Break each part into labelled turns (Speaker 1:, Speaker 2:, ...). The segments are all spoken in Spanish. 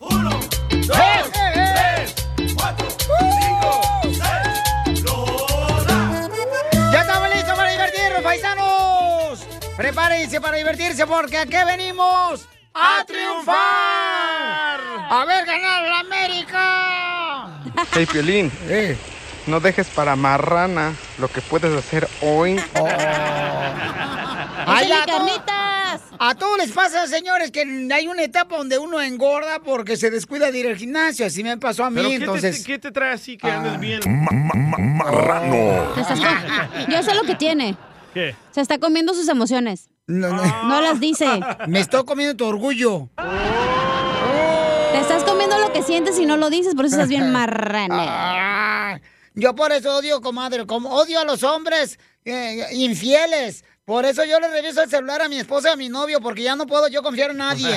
Speaker 1: Uno, dos, tres, cuatro, cinco, seis, Lola.
Speaker 2: Ya estamos listos para divertirnos, paisanos. Prepárense para divertirse porque aquí venimos a triunfar. A ver ganar a la América.
Speaker 3: Hey, Piolín. No dejes para marrana lo que puedes hacer hoy.
Speaker 2: Ay, a, carnitas! a todos les pasa, señores, que hay una etapa donde uno engorda porque se descuida de ir al gimnasio. Así me pasó a mí,
Speaker 4: ¿Pero qué te-
Speaker 2: entonces. ah.
Speaker 4: ¿qué, te, trae así que andes bien?
Speaker 5: Marrano.
Speaker 6: Se está co- Yo sé lo que tiene.
Speaker 4: ¿Qué?
Speaker 6: Se está comiendo sus emociones.
Speaker 2: No, no.
Speaker 6: No las dice.
Speaker 2: Me estoy comiendo tu orgullo.
Speaker 6: Te estás comiendo lo que sientes y no lo dices, por eso estás bien marrana.
Speaker 2: Ah, yo por eso odio, comadre, como odio a los hombres eh, infieles. Por eso yo le reviso el celular a mi esposa y a mi novio, porque ya no puedo yo confiar en nadie.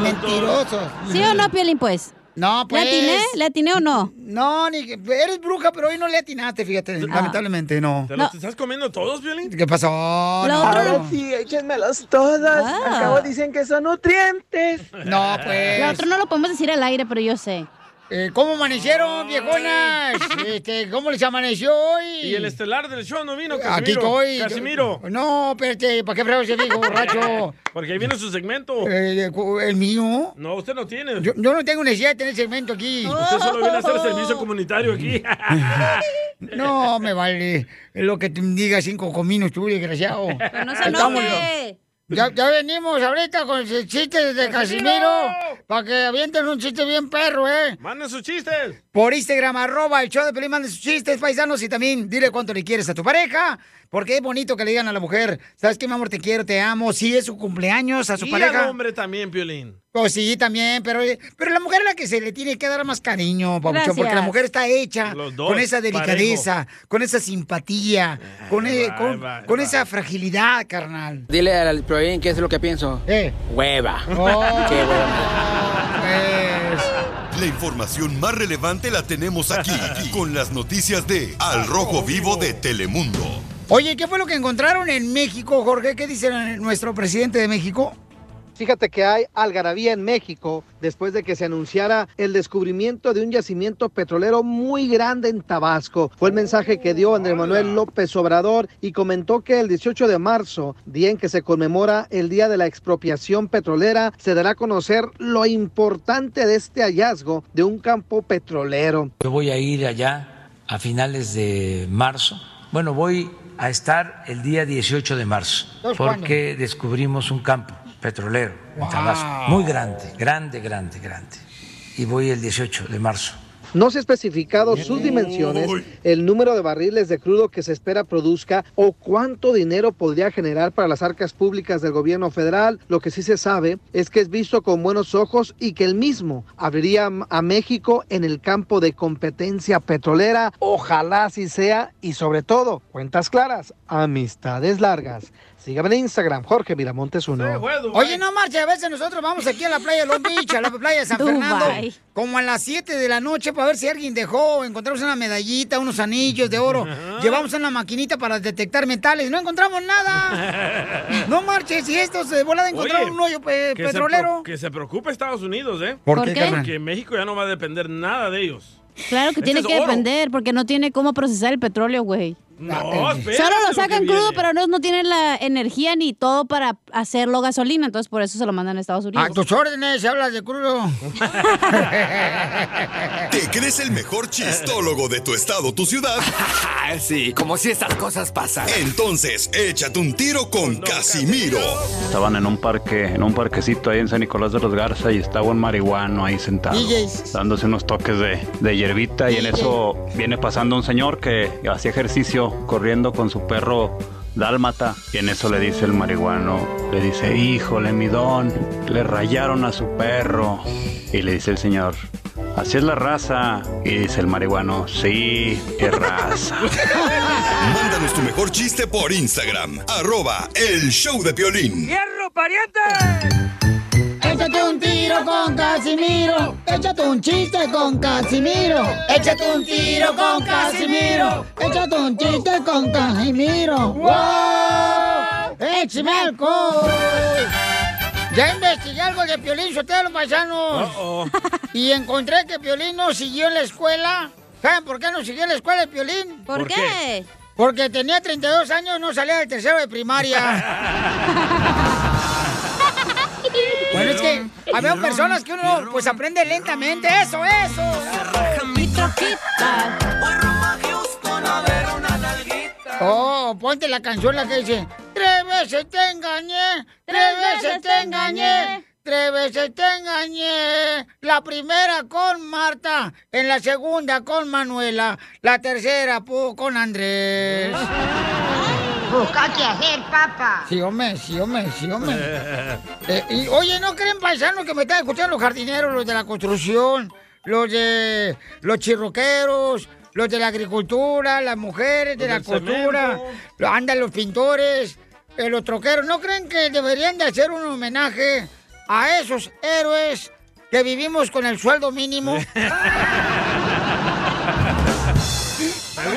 Speaker 2: Mentirosos.
Speaker 6: ¿Sí o no, Piolín, pues?
Speaker 2: Ah, No, pues.
Speaker 6: ¿Le atiné? ¿Le atiné o no? Ah.
Speaker 2: No, ni que- eres bruja, pero hoy no le atinaste, fíjate. Lamentablemente, no.
Speaker 4: ¿Te los estás comiendo todos, Violín?
Speaker 2: ¿Qué pasó?
Speaker 6: Lo
Speaker 2: No,
Speaker 6: otro-
Speaker 2: no.
Speaker 7: Sí, échenmelas todas.
Speaker 6: Ah.
Speaker 7: Acabo dicen que son nutrientes.
Speaker 2: No,
Speaker 6: Lo
Speaker 2: pues.
Speaker 6: otro no lo podemos decir al aire, pero yo sé.
Speaker 2: Eh, ¿Cómo amanecieron, viejonas? Este, ¿Cómo les amaneció hoy?
Speaker 4: Y el estelar del show no vino,
Speaker 2: Aquí
Speaker 4: Casimiro.
Speaker 2: estoy.
Speaker 4: Casimiro.
Speaker 2: No, espérate, ¿para qué fregos se dijo, borracho?
Speaker 4: Porque ahí viene su segmento.
Speaker 2: Eh, ¿El mío?
Speaker 4: No, usted no tiene.
Speaker 2: Yo, yo no tengo necesidad de tener segmento aquí.
Speaker 4: Usted solo viene a hacer servicio comunitario aquí.
Speaker 2: No, me vale lo que te diga cinco cominos tú, desgraciado.
Speaker 6: Pero no se
Speaker 2: Estamos-
Speaker 6: enoje.
Speaker 2: Ya, ya venimos ahorita con sus chistes de Casimiro para que avienten un chiste bien perro, ¿eh?
Speaker 4: Manden sus chistes.
Speaker 2: Por Instagram, arroba el show de Pelín, manden sus chistes, paisanos, y también dile cuánto le quieres a tu pareja, porque es bonito que le digan a la mujer, ¿sabes qué, mi amor? Te quiero, te amo, sí, es su cumpleaños a su
Speaker 4: Y al
Speaker 2: pareja.
Speaker 4: hombre también, Violín.
Speaker 2: Pues sí, también, pero, pero la mujer es la que se le tiene que dar más cariño, papuchón,
Speaker 6: Gracias.
Speaker 2: porque la mujer está hecha
Speaker 4: Los dos, Ah,
Speaker 2: con esa delicadeza, con esa simpatía, con, eh,
Speaker 4: va,
Speaker 2: con,
Speaker 4: va,
Speaker 2: con
Speaker 4: va.
Speaker 2: esa fragilidad, carnal.
Speaker 8: Dile al Proin qué es lo que pienso.
Speaker 2: Eh.
Speaker 8: Hueva.
Speaker 2: Oh,
Speaker 8: Qué bueno.
Speaker 2: pues.
Speaker 5: La información más relevante la tenemos aquí, aquí, con las noticias de Al Rojo Vivo de Telemundo.
Speaker 2: Oye, ¿qué fue lo que encontraron en México, Jorge? ¿Qué dice nuestro presidente de México?
Speaker 7: Fíjate que hay algarabía en México después de que se anunciara el descubrimiento de un yacimiento petrolero muy grande en Tabasco. Fue el mensaje que dio Andrés Manuel López Obrador y comentó que el 18 de marzo, día en que se conmemora el Día de la Expropiación Petrolera, se dará a conocer lo importante de este hallazgo de un campo petrolero.
Speaker 9: Yo voy a ir allá a finales de marzo. Bueno, voy a estar el día 18 de marzo
Speaker 2: ¿Entonces cuándo?
Speaker 9: porque descubrimos un campo petrolero en Tabasco, muy grande, grande, grande, grande. Y voy el 18 de marzo.
Speaker 7: No se ha especificado sus dimensiones, el número de barriles de crudo que se espera produzca o cuánto dinero podría generar para las arcas públicas del gobierno federal. Lo que sí se sabe es que es visto con buenos ojos y que el mismo abriría a México en el campo de competencia petrolera. Ojalá así sea y sobre todo, cuentas claras, amistades largas. Sígame en Instagram, Jorge Miramontes uno.
Speaker 4: Se fue a Dubái.
Speaker 2: Oye, no marcha, a veces nosotros vamos aquí a la playa de Long Beach, a la playa de San Fernando,
Speaker 6: Dubái.
Speaker 2: como a las 7 de la noche para ver si alguien dejó, o encontramos una medallita, unos anillos de oro, llevamos una maquinita para detectar metales, no encontramos nada. No marches, y estos de volada encontraron
Speaker 4: Oye,
Speaker 2: un hoyo pe-
Speaker 4: Que se
Speaker 2: petrolero.
Speaker 4: pro- que se preocupe Estados Unidos, ¿eh?
Speaker 2: ¿Por,
Speaker 6: ¿Por
Speaker 2: qué,
Speaker 6: qué?
Speaker 2: carnal?
Speaker 4: Porque México ya no va a depender nada de ellos.
Speaker 6: Claro que
Speaker 4: Este
Speaker 6: tiene
Speaker 4: es
Speaker 6: que
Speaker 4: oro.
Speaker 6: depender, porque no tiene cómo procesar el petróleo, güey.
Speaker 4: No,
Speaker 2: Ah, eh,
Speaker 4: espérate,
Speaker 6: Solo lo
Speaker 4: que
Speaker 6: sacan
Speaker 4: viene.
Speaker 6: crudo, pero no, no tienen la energía ni todo para hacerlo gasolina, entonces por eso se lo mandan a Estados Unidos.
Speaker 2: A tus órdenes, se hablas de crudo.
Speaker 5: ¿Te crees el mejor chistólogo de tu estado, tu ciudad? sí, como si estas cosas pasan. Entonces, échate un tiro con Casimiro.
Speaker 10: Estaban en un parque, en un parquecito ahí en San Nicolás de los Garza y estaba un marihuano ahí sentado,
Speaker 2: DJs.
Speaker 10: dándose unos toques de, de hierbita y en eso viene pasando un señor que hacía ejercicio corriendo con su perro dálmata y en eso le dice el marihuano, le dice, híjole mi don, le rayaron a su perro y le dice el señor, así es la raza y dice el marihuano, sí, qué raza.
Speaker 5: Mándanos tu mejor chiste por Instagram, arroba el show de Piolín.
Speaker 2: ¡Hierro, pariente! Échate un tiro con Casimiro. Échate un chiste con Casimiro. Échate un tiro con Casimiro. Échate un chiste con Casimiro. ¡Wow! ¡Échame alcohol! Ya investigué algo de Piolín Sotelo, paisanos. Y encontré que Piolín no siguió en la escuela. ¿Saben por qué no siguió en la escuela de Piolín?
Speaker 6: ¿Por ¿Por qué? qué?
Speaker 2: Porque tenía 32 años y no salía del tercero de primaria. bueno, es que había personas que uno pues aprende lentamente. ¡Eso, eso! mi Oh, ponte la canción la que dice... Tres veces te engañé, tres veces te engañé, tres veces te engañé. La primera con Marta, en la segunda con Manuela, la tercera po- con Andrés. Busca qué hacer, papá. Sí, hombre, sí, hombre, sí, hombre. Eh, y, oye, ¿no creen paisanos que me están escuchando los jardineros, los de la construcción, los de los chirroqueros, los de la agricultura, las mujeres de
Speaker 1: Los
Speaker 2: la
Speaker 1: del
Speaker 2: cultura,
Speaker 1: cemento.
Speaker 2: lo- andan los pintores, eh, los troqueros? ¿No creen que deberían de hacer un homenaje a esos héroes que vivimos con el sueldo mínimo?
Speaker 4: Me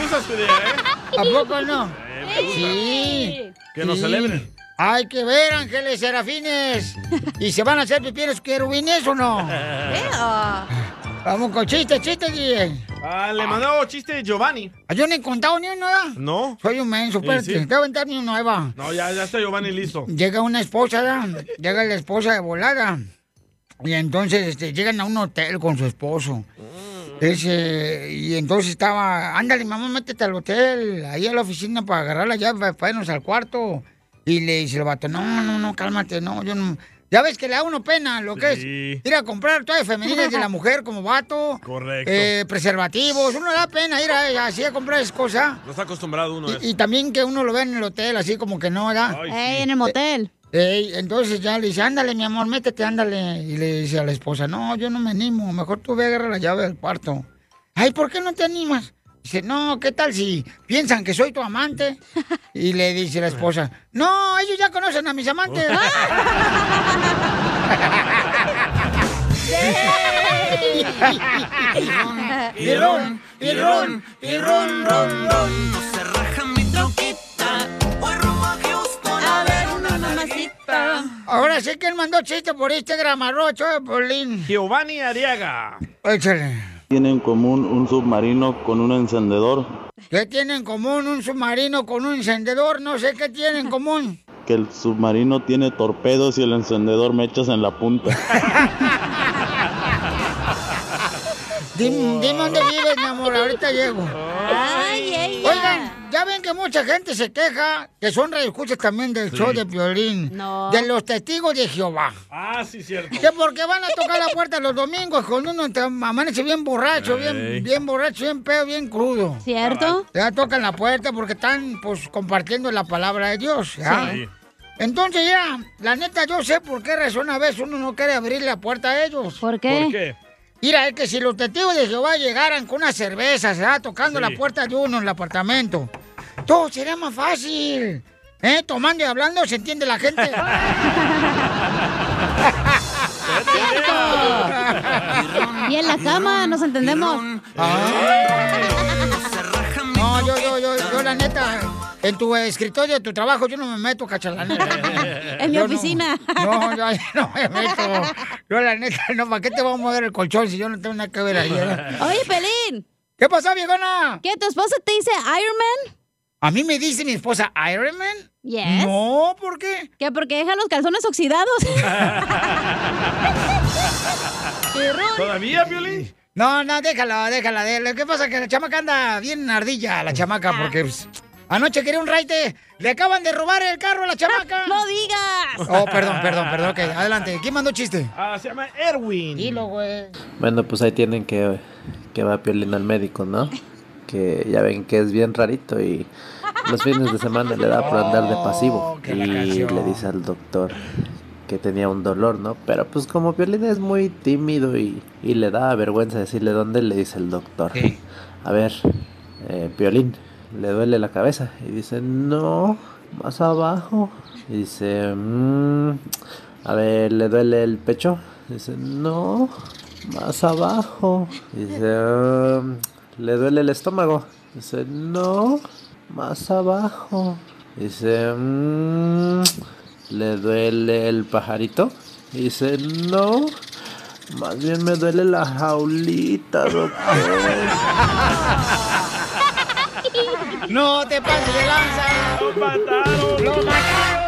Speaker 4: gusta su idea, ¿eh?
Speaker 2: ¿A poco no?
Speaker 4: me gusta.
Speaker 2: Sí.
Speaker 4: Que nos
Speaker 2: Sí.
Speaker 4: celebren.
Speaker 2: Hay que ver, ángeles, serafines. ¿Y se van a hacer pipiros querubines o no? Vamos con chistes, chistes, DJ.
Speaker 4: Ah, le mandó chiste Giovanni.
Speaker 2: Ah, Yo no he contado ni uno, ¿verdad?
Speaker 4: No.
Speaker 2: Soy un menso,
Speaker 4: Sí,
Speaker 2: pero
Speaker 4: sí.
Speaker 2: te voy a aventar ni uno, Eva.
Speaker 4: No, ya, ya está Giovanni listo.
Speaker 2: Llega una esposa, ¿verdad? Llega la esposa de volada. Y entonces este, llegan a un hotel con su esposo. Ese, y entonces estaba, ándale, mamá, métete al hotel, ahí a la oficina para agarrar la llave, para, para irnos al cuarto. Y le dice el vato, no, no, no, cálmate, no, yo no. Ya ves que le da uno pena lo que
Speaker 4: Sí.
Speaker 2: es ir a comprar todas femeninas de la mujer como vato.
Speaker 4: Correcto.
Speaker 2: eh, preservativos, uno le da pena ir a- así a comprar esas cosas.
Speaker 4: No está acostumbrado uno a eso.
Speaker 2: Y también que uno lo vea en el hotel, así como que no, ¿verdad?
Speaker 4: Ay, sí. Ey, en
Speaker 2: el motel. entonces ya le dice, ándale, mi amor, métete, ándale. Y le dice a la esposa, no, yo no me animo, mejor tú ve a agarrar la llave del cuarto. Ay, ¿por qué no te animas? Dice, no, ¿qué tal si piensan que soy tu amante? Y le dice la esposa, no, ellos ya conocen a mis amantes.
Speaker 1: Pirrón, pirrón, pirrón, ron, ron. No se raja mi troquita.
Speaker 2: A ver, una mamacita. Ahora sí que él mandó chiste por este eh, Instagram, arrocho, Polín.
Speaker 4: Giovanni Ariaga.
Speaker 2: Échale.
Speaker 11: Tiene en común un submarino con un encendedor
Speaker 2: ¿Qué tiene en común un submarino con un encendedor? No sé qué tiene en común.
Speaker 11: que el submarino tiene torpedos y el encendedor mechas en la punta.
Speaker 2: Dime, dime dónde vives, mi amor, ahorita llego. Oigan, ya ven que mucha gente se queja, que son radioescuchas también del show de violín,
Speaker 4: No.
Speaker 2: de los testigos de Jehová.
Speaker 4: Ah, sí, cierto.
Speaker 2: Que porque van a tocar la puerta los domingos cuando uno te amanece bien borracho,
Speaker 4: Ey.
Speaker 2: bien, bien borracho, bien pedo, bien crudo. ¿Cierto? Ya tocan la puerta porque están pues compartiendo la palabra de Dios. ¿ya?
Speaker 1: Sí.
Speaker 2: Entonces ya, la neta yo sé por qué razón a veces uno no quiere abrir la puerta a ellos. ¿Por
Speaker 1: qué? ¿Por qué?
Speaker 2: Mira, es que si los testigos de Jehová llegaran con unas cervezas, ¿verdad? tocando la puerta de uno en el apartamento, todo sería más fácil. ¿Eh? Tomando y hablando se entiende la gente.
Speaker 6: Y en la cama nos entendemos.
Speaker 2: Ah. No, yo, yo, yo, yo, la neta, en tu escritorio, en tu trabajo, yo no me meto, cachalanera.
Speaker 6: En mi oficina.
Speaker 2: No, yo ahí no me meto. Yo, la neta, no, ¿para qué te vamos a mover el colchón si yo no tengo nada que ver ahí? eh?
Speaker 6: Oye, Pelín.
Speaker 2: ¿Qué pasó, viejona?
Speaker 6: ¿Qué tu esposa te dice Iron Man?
Speaker 2: A mí me dice mi esposa, ¿Iron Man?
Speaker 6: Yes.
Speaker 2: No, ¿por qué?
Speaker 6: Que porque deja los calzones oxidados.
Speaker 2: ¿Todavía, Piolín? No, no, déjala, déjala. de- Lo que pasa es que la chamaca anda bien ardilla, la chamaca,
Speaker 6: Ah.
Speaker 2: porque pues, anoche quería un raite. Le acaban de robar el carro a la chamaca.
Speaker 6: ¡No digas!
Speaker 2: Oh, perdón, perdón, perdón. Ok, adelante. ¿Quién mandó chiste?
Speaker 4: Ah, se llama Erwin.
Speaker 2: Dilo, güey.
Speaker 12: Bueno, pues ahí tienen que, que va Piolín al médico, ¿no? Que ya ven que es bien rarito y los fines de semana le da por andar de pasivo.
Speaker 13: que Oh, la
Speaker 12: Y
Speaker 13: canción.
Speaker 12: le dice al doctor que tenía un dolor, ¿no? Pero pues como Piolín es muy tímido y, y le da vergüenza decirle dónde, le dice el doctor. A ver, eh, Piolín, le duele la cabeza. Y dice, no, más abajo. Y dice, "Mm, a ver, ¿le duele el pecho? Dice, no, más abajo. Y Dice, "Mm, ¿le duele el estómago? Dice, no, más abajo. Y Dice, "Mm, ¿le duele el pajarito? Y Dice, no, más bien me duele la jaulita, doctor.
Speaker 2: No te pases de lanza. Lo mataron. Lo mataron.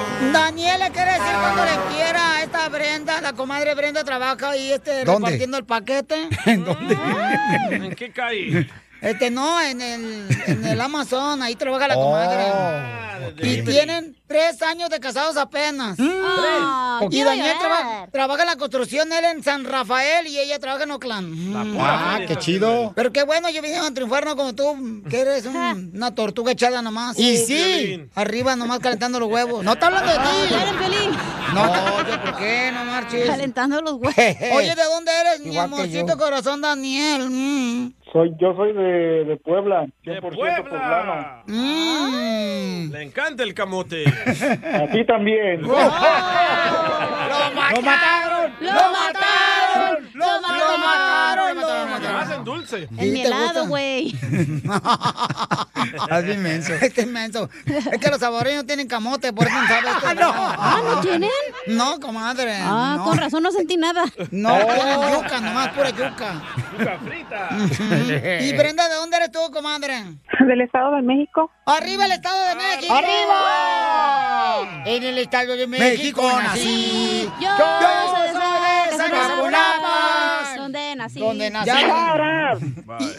Speaker 2: Daniela quiere decir cuando le quiera a esta Brenda, la comadre Brenda trabaja ahí este,
Speaker 4: ¿Dónde?
Speaker 2: repartiendo el paquete.
Speaker 4: ¿En qué cae?
Speaker 2: Este no, en el, en el Amazon, ahí trabaja la comadre. Y tienen tres años de casados apenas.
Speaker 6: Ah,
Speaker 2: Tres. Y
Speaker 6: quiero
Speaker 2: Daniel
Speaker 6: llorar.
Speaker 2: traba- trabaja en la construcción, él en San Rafael y ella trabaja en Oakland. Mm.
Speaker 14: Ah, qué chido.
Speaker 2: Pero qué bueno, yo vine a triunfar, no como tú, que eres un- una tortuga echada nomás. Y
Speaker 14: Sí,
Speaker 2: sí,
Speaker 14: Piolín.
Speaker 2: arriba nomás calentando los huevos. No está hablando de ti. No, yo, ¿por qué? No marches.
Speaker 6: Calentando los huevos.
Speaker 2: Oye, ¿de dónde eres, mi
Speaker 6: Igual que
Speaker 2: amorcito
Speaker 6: yo.
Speaker 2: corazón, Daniel? Mm.
Speaker 15: Soy, yo soy de, de Puebla, 100%
Speaker 4: Puebla. Le encanta el camote. A
Speaker 15: ti también.
Speaker 2: ¡Lo mataron!
Speaker 1: ¡Lo mataron!
Speaker 2: ¡Lo mataron! ¡Lo
Speaker 4: Más en dulce.
Speaker 2: ¿Sí te gusta?
Speaker 6: güey.
Speaker 2: Estás inmenso. Este inmenso. Es que los saboreños tienen camote, por eso no sabes.
Speaker 6: no. Ah, ¿no tienen?
Speaker 2: No, comadre.
Speaker 6: Ah,
Speaker 2: no.
Speaker 6: con razón no sentí nada.
Speaker 2: No,
Speaker 1: Oh.
Speaker 2: tienen yuca, nomás pura yuca. Yuca frita. y Brenda, ¿de dónde eres tú, comadre?
Speaker 16: Del Estado de México.
Speaker 2: ¡Arriba el Estado de México! ¡Arriba! En el Estado de México,
Speaker 6: México
Speaker 2: nací.
Speaker 6: Yo, soy de Zacapu-
Speaker 2: Zacapulapas.
Speaker 6: Donde nací.
Speaker 2: Donde nací.
Speaker 15: ¡Ya!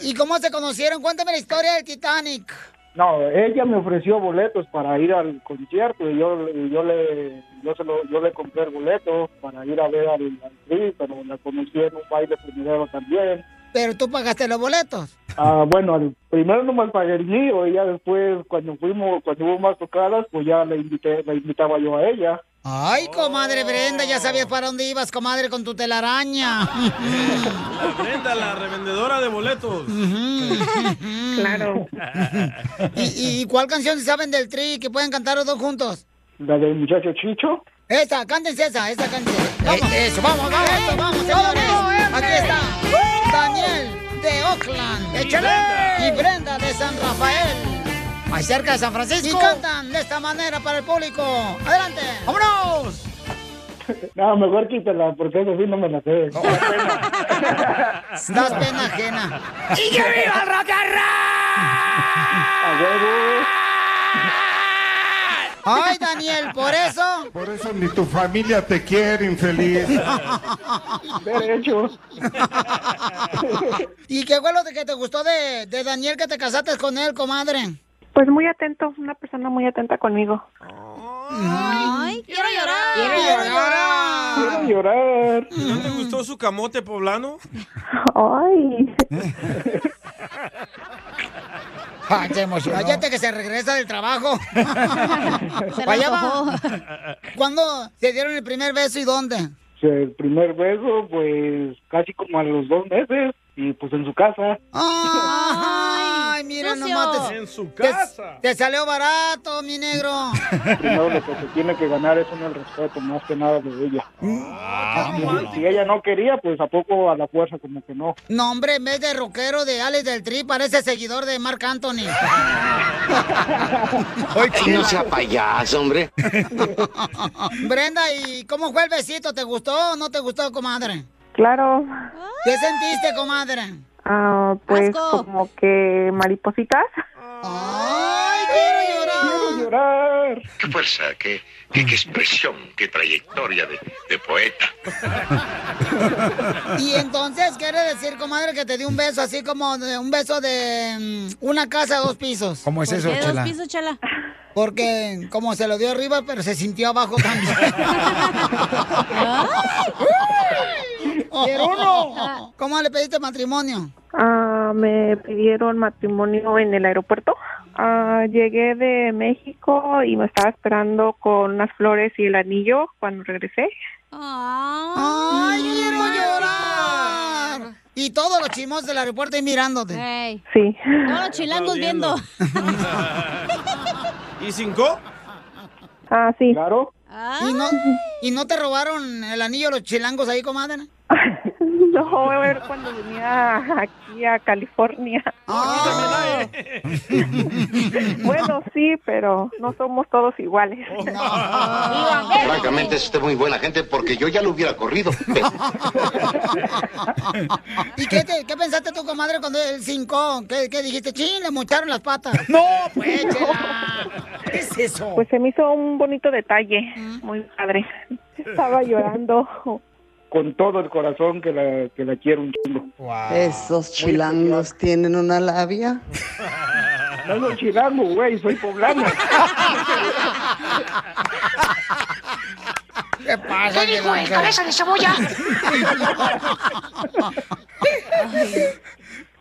Speaker 2: ¿Y, y cómo se conocieron? Cuéntame la historia del Titanic.
Speaker 15: No, ella me ofreció boletos para ir al concierto y yo, y yo le yo, se lo- yo le compré el boleto para ir a ver al al actriz, pero la conocí en un baile primero también.
Speaker 2: Pero tú pagaste los boletos.
Speaker 15: Ah, bueno, al- primero nomás pagué el mío y ya después cuando fuimos, cuando hubo más tocadas, pues ya le invité, la invitaba yo a ella.
Speaker 2: Ay, comadre Brenda, ya sabías para dónde ibas, comadre, con tu telaraña.
Speaker 4: La Brenda, la revendedora de boletos.
Speaker 2: claro. ¿Y, y cuál canción se saben del tri que pueden cantar los dos juntos?
Speaker 15: La del muchacho Chicho.
Speaker 2: Esa, cántense esa, esa cántense. Vamos, eso, vamos, vamos, eso, vamos, señores. Aquí está. Daniel de Oakland.
Speaker 1: Brenda.
Speaker 2: Y Brenda de San Rafael. Ahí cerca de San Francisco. Y cantan de esta manera para el público. Adelante. ¡Vámonos!
Speaker 15: No, mejor quítala porque eso sí no me la sé.
Speaker 2: Das pena ajena.
Speaker 1: ¡Y que viva el rock and
Speaker 2: Ay, Daniel, por eso.
Speaker 14: Por eso ni tu familia te quiere, infeliz.
Speaker 15: Derechos.
Speaker 2: ¿Y qué fue lo de que te gustó de, de Daniel que te casaste con él, comadre?
Speaker 16: Pues muy atento, una persona muy atenta conmigo.
Speaker 6: Ay, quiero llorar.
Speaker 2: Quiero llorar.
Speaker 15: Quiero llorar.
Speaker 4: ¿No te gustó su camote poblano?
Speaker 16: Ay.
Speaker 2: Ah, se emocionó. Cállate que se regresa del trabajo.
Speaker 6: Se le
Speaker 2: Allá va.
Speaker 6: antojó.
Speaker 2: ¿Cuándo se dieron el primer beso y dónde?
Speaker 15: El primer beso, pues
Speaker 17: Ah.
Speaker 15: casi como a los dos meses y pues en su casa.
Speaker 2: Ay, mira nomás barato.
Speaker 4: En su
Speaker 2: Te-
Speaker 4: casa.
Speaker 2: Te, salió barato, mi negro.
Speaker 15: Primero lo que se tiene que ganar es uno el respeto, más que nada de ella.
Speaker 17: Mm.
Speaker 15: Si- si ella no quería, pues a poco a la fuerza como que no.
Speaker 2: No, hombre, en vez de rockero de Alex del Tri, parece seguidor de Marc Anthony.
Speaker 13: no sea payaso, hombre.
Speaker 2: Brenda, ¿y cómo fue el besito? ¿Te gustó o no te gustó, comadre?
Speaker 18: Claro,
Speaker 2: ¿Qué sentiste, comadre?
Speaker 18: ah, pues
Speaker 2: Asco.
Speaker 18: como que maripositas.
Speaker 2: ¡Ay, quiero llorar!
Speaker 19: Qué fuerza, qué, qué, qué expresión, qué trayectoria de, de poeta.
Speaker 2: Y entonces quiere decir, comadre, que te di un beso así como de- un beso de mm, una casa de dos pisos.
Speaker 20: ¿Cómo es ¿Por eso, qué dos Chela? pisos,
Speaker 2: Chela? Porque como se lo dio arriba, pero se sintió abajo también. ¡Pero uno! ¿Cómo le pediste matrimonio?
Speaker 18: Ah, me pidieron matrimonio en el aeropuerto. Ah, llegué de México y me estaba esperando con unas flores y el anillo cuando regresé.
Speaker 2: ¡Ay, quiero llorar! Y todos los chismosos del aeropuerto ahí mirándote.
Speaker 18: Sí.
Speaker 2: Todos los chilangos viendo.
Speaker 4: ¿Y cinco?
Speaker 18: Ah, sí.
Speaker 15: Claro.
Speaker 2: ¿Y no, ¿Y no te robaron el anillo los chilangos ahí, comadre?
Speaker 18: No, a ver cuando venía aquí a California.
Speaker 6: Ah.
Speaker 18: bueno, sí, pero no somos todos iguales.
Speaker 6: Oh,
Speaker 19: Francamente, este es muy buena gente porque yo ya lo hubiera corrido.
Speaker 2: ¿Y qué, te- qué pensaste tú, comadre, cuando el cinco? ¿Qué, qué dijiste? ¡Chin! Le mocharon las patas. ¡No, pues, Chela! ¿Qué es eso?
Speaker 18: Pues se me hizo un bonito detalle, muy padre. Estaba llorando.
Speaker 15: Con todo el corazón que la, que la quiero un chingo.
Speaker 17: Esos chilangos tienen una labia.
Speaker 15: No soy chilango, güey, soy poblano.
Speaker 2: ¿Qué pasa?
Speaker 1: ¿Qué dijo el
Speaker 2: Yolanda?
Speaker 1: cabeza de cebolla?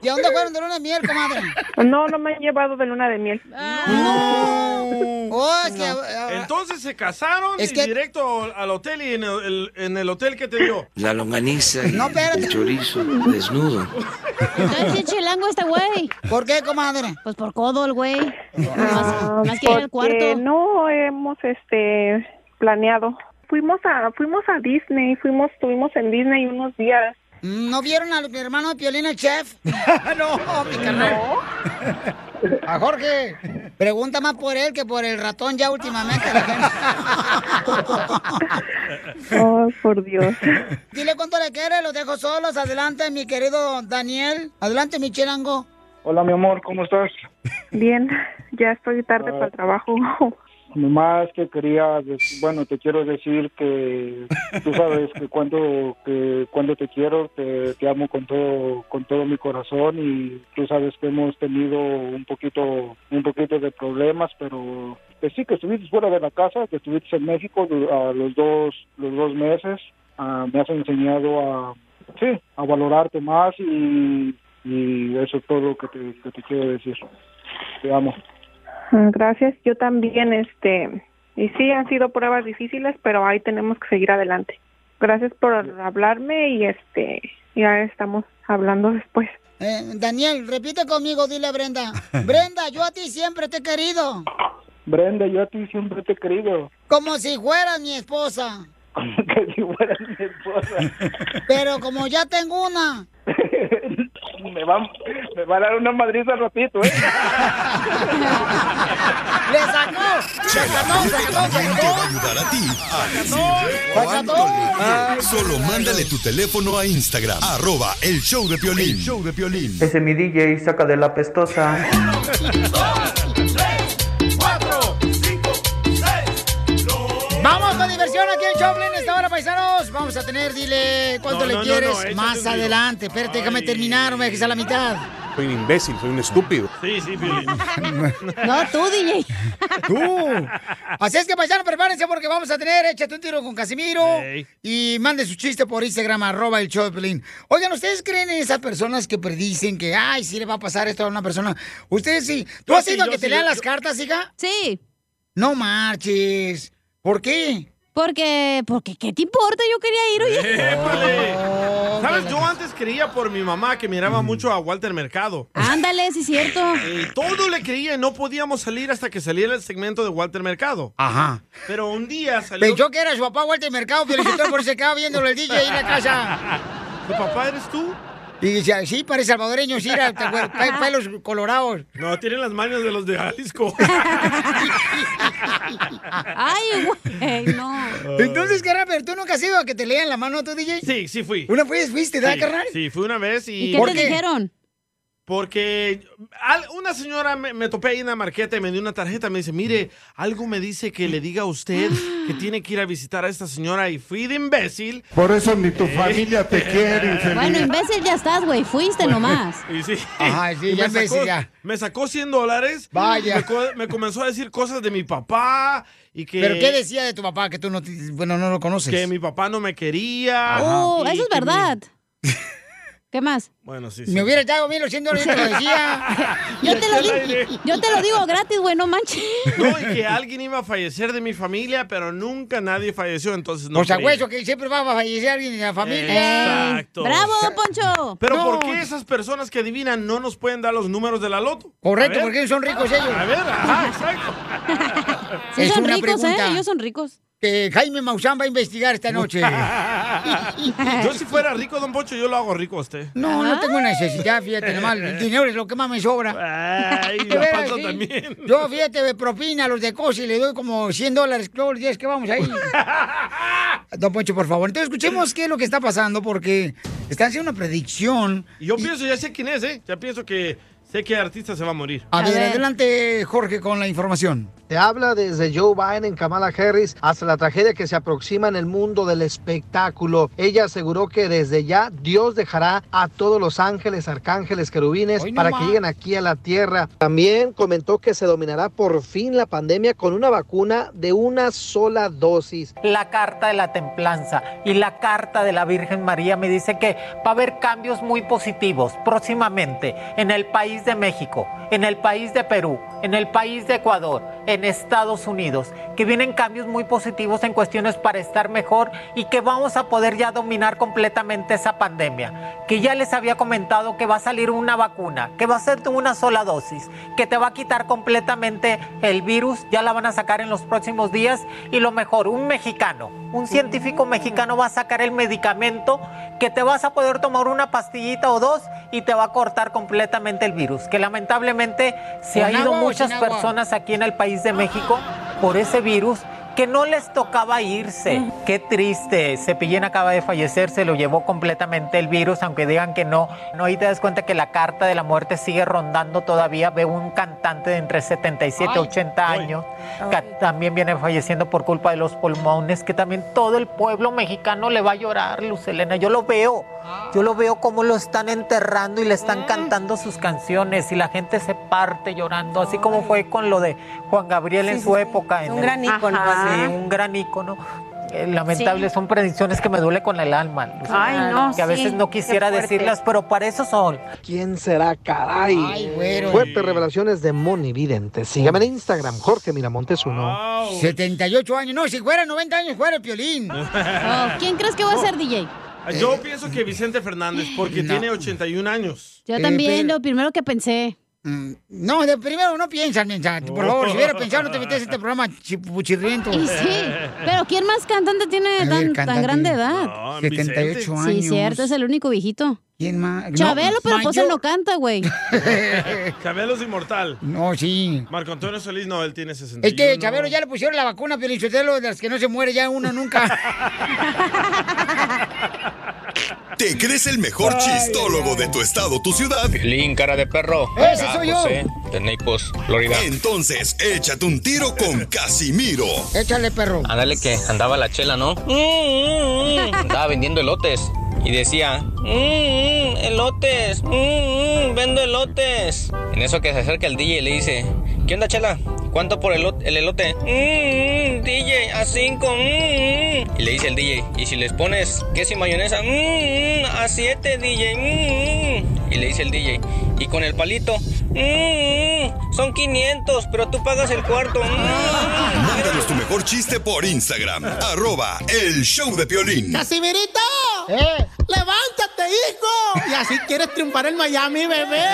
Speaker 2: ¿Y a dónde fueron de luna de miel, comadre?
Speaker 18: No, no me han llevado de luna de miel.
Speaker 2: Oh, es que-
Speaker 4: Entonces se casaron
Speaker 2: Es
Speaker 4: y
Speaker 2: que-
Speaker 4: directo al hotel y en el, el- en el hotel que te dio.
Speaker 21: La longaniza y
Speaker 4: No, espérate.
Speaker 21: el chorizo desnudo.
Speaker 6: Entonces, ¿sí es chilango este güey?
Speaker 2: ¿Por qué, comadre?
Speaker 6: Pues por codo el güey.
Speaker 18: Ah,
Speaker 6: más que ir al
Speaker 18: porque
Speaker 6: cuarto.
Speaker 18: No hemos este planeado. Fuimos a fuimos a Disney, fuimos estuvimos en Disney unos días.
Speaker 2: Mm, ¿No vieron al hermano de Piolín, el chef? no, mi carnal. A Jorge. Pregunta más por él que por el ratón ya últimamente. la gente.
Speaker 18: Oh, por Dios.
Speaker 2: Dile cuánto le quiere, los dejo solos. Adelante, mi querido Daniel. Adelante, mi chilango.
Speaker 15: Hola, mi amor, ¿cómo estás? Ah.
Speaker 18: Bien, ya estoy tarde para el trabajo.
Speaker 15: Nomás que quería, dec- bueno, te quiero decir que tú sabes que cuando, que cuando te quiero, te, te amo con todo, con todo mi corazón y tú sabes que hemos tenido un poquito, un poquito de problemas, pero que sí, que estuviste fuera de la casa, que estuviste en México du- a los dos, los dos meses, ah, me has enseñado a, sí, a valorarte más y, y eso es todo lo que te, que te quiero decir. Te amo.
Speaker 18: Ah, Gracias. Yo también este y sí han sido pruebas difíciles, pero ahí tenemos que seguir adelante. Gracias por hablarme y este ya estamos hablando después.
Speaker 2: Eh, Daniel, repite conmigo, dile a Brenda. Brenda, yo a ti siempre te he querido.
Speaker 15: Brenda, yo a ti siempre te he querido.
Speaker 2: Como si fueras mi esposa.
Speaker 15: que si fueras mi esposa.
Speaker 2: Pero como ya tengo una.
Speaker 15: Me va, me va a dar una madriza al ratito, ¿eh?
Speaker 2: ¡Le sacó! ¡Se ganó, se ganó, se
Speaker 5: Te
Speaker 2: ganó!
Speaker 5: va a ayudar a ti
Speaker 2: ¿eh?
Speaker 5: a decirle
Speaker 2: ¡Sacató!
Speaker 5: cuánto le quieres. Solo mándale tu teléfono a Instagram, arroba el show de Piolín. show de Piolín.
Speaker 22: Ese mi DJ, saca de la pestosa.
Speaker 2: Vamos con diversión aquí en Choplin. Esta hora, paisanos. Vamos a tener, dile cuánto
Speaker 23: No,
Speaker 2: le
Speaker 23: no, no,
Speaker 2: quieres
Speaker 23: no, échate
Speaker 2: más
Speaker 23: un tiro.
Speaker 2: adelante. Espérate, déjame terminar, no me dejes a la mitad.
Speaker 23: Soy un imbécil, soy un estúpido.
Speaker 4: Sí, sí, Piolín.
Speaker 2: No, tú, DJ.
Speaker 23: Tú.
Speaker 2: Así es que, paisanos, prepárense porque vamos a tener Échate un tiro con Casimiro. Y mande su chiste por Instagram, arroba el Choplin. Oigan, ¿ustedes creen en esas personas que predicen que, ay, sí le va a pasar esto a una persona? Ustedes sí. ¿Tú
Speaker 4: Yo
Speaker 2: has
Speaker 4: sí,
Speaker 2: ido a
Speaker 4: yo
Speaker 2: que te
Speaker 4: sí,
Speaker 2: lean
Speaker 4: yo-
Speaker 2: las cartas, hija? Sí. No marches. ¿Por qué?
Speaker 6: Porque, porque, ¿qué te importa? Yo quería ir, oye.
Speaker 2: ¡Épale!
Speaker 4: ¿Sabes? Yo antes creía por mi mamá que miraba mucho a Walter Mercado.
Speaker 6: Ándale, sí es cierto.
Speaker 4: Y todo le creía y no podíamos salir hasta que saliera el segmento de Walter Mercado.
Speaker 2: Ajá.
Speaker 4: Pero un día salió.
Speaker 2: Pensó que era su papá Walter Mercado, felicitó por se quedaba viéndolo el DJ ahí en la casa.
Speaker 4: ¿Tu papá eres tú?
Speaker 2: Y dice, sí, parece salvadoreño, sí, era, te acuer- pe- pelos colorados.
Speaker 4: No, tienen las manos de los de Jalisco.
Speaker 6: Ay, güey, no.
Speaker 2: Entonces, carnal, pero tú nunca has ido a que te lean la mano tú, DJ.
Speaker 4: Sí, sí fui.
Speaker 2: Una vez fuiste, ¿verdad,
Speaker 4: Sí,
Speaker 2: carnal?
Speaker 4: Sí, fui una vez y...
Speaker 2: ¿Y qué ¿Por te qué? dijeron?
Speaker 4: Porque al- una señora me, me topé ahí en la marqueta y me dio una tarjeta. Me dice, mire, algo me dice que le diga a usted que tiene que ir a visitar a esta señora. Y fui de imbécil.
Speaker 14: Por eso ni tu familia
Speaker 19: Este,
Speaker 14: te quiere,
Speaker 6: Bueno,
Speaker 14: infeliz.
Speaker 6: imbécil ya estás, güey. Fuiste nomás.
Speaker 4: Y sí.
Speaker 2: Ajá, sí,
Speaker 4: Y
Speaker 2: ya
Speaker 4: me
Speaker 2: ves,
Speaker 4: sacó,
Speaker 2: ya.
Speaker 4: me sacó 100 dólares.
Speaker 2: Vaya.
Speaker 4: Me, co- me comenzó a decir cosas de mi papá y que...
Speaker 2: ¿Pero qué decía de tu papá que tú no, te- bueno, no lo conoces?
Speaker 4: Que mi papá no me quería.
Speaker 6: Oh,
Speaker 4: y
Speaker 6: eso es
Speaker 4: que mi-
Speaker 6: verdad. ¿Qué más?
Speaker 4: Bueno, sí, sí.
Speaker 2: Me hubiera echado 1.200 dólares, te lo decía.
Speaker 6: Yo te lo, di- yo te lo digo gratis, güey, no manches.
Speaker 4: No, y que alguien iba a fallecer de mi familia, pero nunca nadie falleció, entonces no
Speaker 2: o sea,
Speaker 4: creí.
Speaker 2: hueso, que siempre va a fallecer alguien en la familia.
Speaker 4: Exacto.
Speaker 6: Poncho!
Speaker 4: Pero
Speaker 2: No.
Speaker 4: ¿por qué esas personas que adivinan no nos pueden dar los números de la loto?
Speaker 2: Correcto,
Speaker 4: A ver.
Speaker 2: porque son ricos ellos.
Speaker 4: A ver, ajá, exacto.
Speaker 6: Sí, son ricos, ¿eh? Ellos son ricos.
Speaker 2: Que Jaime Maussan va a investigar esta noche.
Speaker 4: Yo si fuera rico, don Pocho, yo lo hago rico a usted.
Speaker 2: No, no tengo necesidad, fíjate, nomás el dinero es lo que más me
Speaker 4: Ah,
Speaker 2: sobra.
Speaker 4: Ay,
Speaker 2: De
Speaker 4: la
Speaker 2: veras,
Speaker 4: panza
Speaker 2: sí.
Speaker 4: también.
Speaker 2: Yo, fíjate, de propina a los de Cosi, le doy como 100 dólares todos los días que vamos ahí. Don Poncho, por favor. Entonces, escuchemos qué es lo que está pasando, porque están haciendo una predicción.
Speaker 4: Y Yo pienso, ya sé quién es, ¿eh? Ya pienso que sé qué artista se va a morir.
Speaker 2: A, ver, adelante, Jorge, con la información.
Speaker 7: Se habla desde Joe Biden, Kamala Harris, hasta la tragedia que se aproxima en el mundo del espectáculo. Ella aseguró que desde ya Dios dejará a todos los ángeles, arcángeles, querubines
Speaker 2: no
Speaker 7: para
Speaker 2: más.
Speaker 7: que lleguen aquí a la tierra. También comentó que se dominará por fin la pandemia con una vacuna de una sola dosis.
Speaker 24: la carta de la templanza y la carta de la Virgen María me dice que va a haber cambios muy positivos próximamente en el país de México, en el país de Perú, en el país de Ecuador, en Estados Unidos, que vienen cambios muy positivos en cuestiones para estar mejor y que vamos a poder ya dominar completamente esa pandemia, que ya les había comentado que va a salir una vacuna, que va a ser de una sola dosis, que te va a quitar completamente el virus, ya la van a sacar en los próximos días y lo mejor, un mexicano, un científico mexicano va a sacar el medicamento que te vas a poder tomar una pastillita o dos y te va a cortar completamente el virus, que lamentablemente se
Speaker 25: ¿Con
Speaker 24: ha ido
Speaker 25: agua o
Speaker 24: muchas
Speaker 25: sin agua?
Speaker 24: personas aquí en el país de México por ese virus que no les tocaba irse. Qué triste. Cepillín acaba de fallecer, se lo llevó completamente el virus, aunque digan que no. No, y te das cuenta que la carta de la muerte sigue rondando todavía. Veo un cantante de entre 77 y
Speaker 25: Ay.
Speaker 24: 80 años que también viene falleciendo por culpa de los pulmones, que también todo el pueblo mexicano le va a llorar, Luz Elena. Yo lo veo. Yo lo veo como lo están enterrando y le están cantando sus canciones y la gente se parte llorando, así como fue con lo de Juan Gabriel en su época. en
Speaker 25: Un
Speaker 24: el-
Speaker 25: gran ícono,
Speaker 24: Ajá.
Speaker 25: así.
Speaker 24: Sí, un gran ícono. Eh, Lamentable,
Speaker 25: Sí.
Speaker 24: son predicciones que me duele con el alma. Luz
Speaker 25: Ay,
Speaker 24: Elena,
Speaker 25: no,
Speaker 24: Que a veces
Speaker 25: sí,
Speaker 24: no
Speaker 25: qué
Speaker 24: quisiera
Speaker 25: fuerte.
Speaker 24: decirlas, pero para eso son.
Speaker 7: ¿Quién será, caray? Fuertes revelaciones de Moni Vidente. Sígame en Instagram, Jorge Miramontes uno.
Speaker 2: 78 años. No, si fuera 90 años, fuera el piolín.
Speaker 6: Oh, ¿Quién crees que va a ser DJ?
Speaker 4: Yo pienso que Vicente Fernández, porque tiene 81 años.
Speaker 6: Yo también, lo primero que pensé.
Speaker 2: Eh, Mm, No, de primero no piensas, mensaje. Por favor, si hubiera pensado, no te metes en este programa chipuchirriento.
Speaker 6: Y sí, pero ¿quién más cantante tiene tan,
Speaker 2: ver,
Speaker 6: tan
Speaker 2: cantante.
Speaker 6: grande edad?
Speaker 2: No, 78 Vicente.
Speaker 6: Sí,
Speaker 2: años.
Speaker 6: cierto, es el único viejito.
Speaker 2: ¿Quién más?
Speaker 6: Chabelo,
Speaker 2: No,
Speaker 6: pero pues él
Speaker 2: mayor-
Speaker 6: no canta, güey.
Speaker 4: Chabelo es inmortal.
Speaker 2: No, sí.
Speaker 4: Marco Antonio Solís, no, él tiene 61.
Speaker 2: Es que Chabelo ya le pusieron la vacuna, Piolín Sotelo, de las que no se muere ya uno nunca.
Speaker 5: ¿Te crees el mejor chistólogo de tu estado, tu ciudad? Link, cara de perro.
Speaker 2: Ese soy yo. José,
Speaker 5: de Naples, Florida. Entonces, échate un tiro con Casimiro.
Speaker 2: Échale, perro.
Speaker 3: Ándale que andaba la chela, ¿no? Mm, Andaba vendiendo elotes y decía, mm,
Speaker 25: Mmm, elotes. Mmm, vendo elotes.
Speaker 3: en eso que se acerca el DJ y le dice, ¿qué onda chela? ¿Cuánto por el, el elote? Mmm, DJ, a 5. Mmm. Y le dice el DJ, ¿y si les pones queso y mayonesa? Mmm, a 7, DJ. Mmm. Y le dice el DJ, ¿y con el palito? Mmm, son 500, pero tú pagas el cuarto. Mmm.
Speaker 5: Mándanos tu mejor chiste por Instagram, arroba el show de Piolín.
Speaker 25: ¡Casimirito!
Speaker 14: Eh.
Speaker 25: ¡Levántate, hijo! Y así quieres triunfar en Miami, bebé.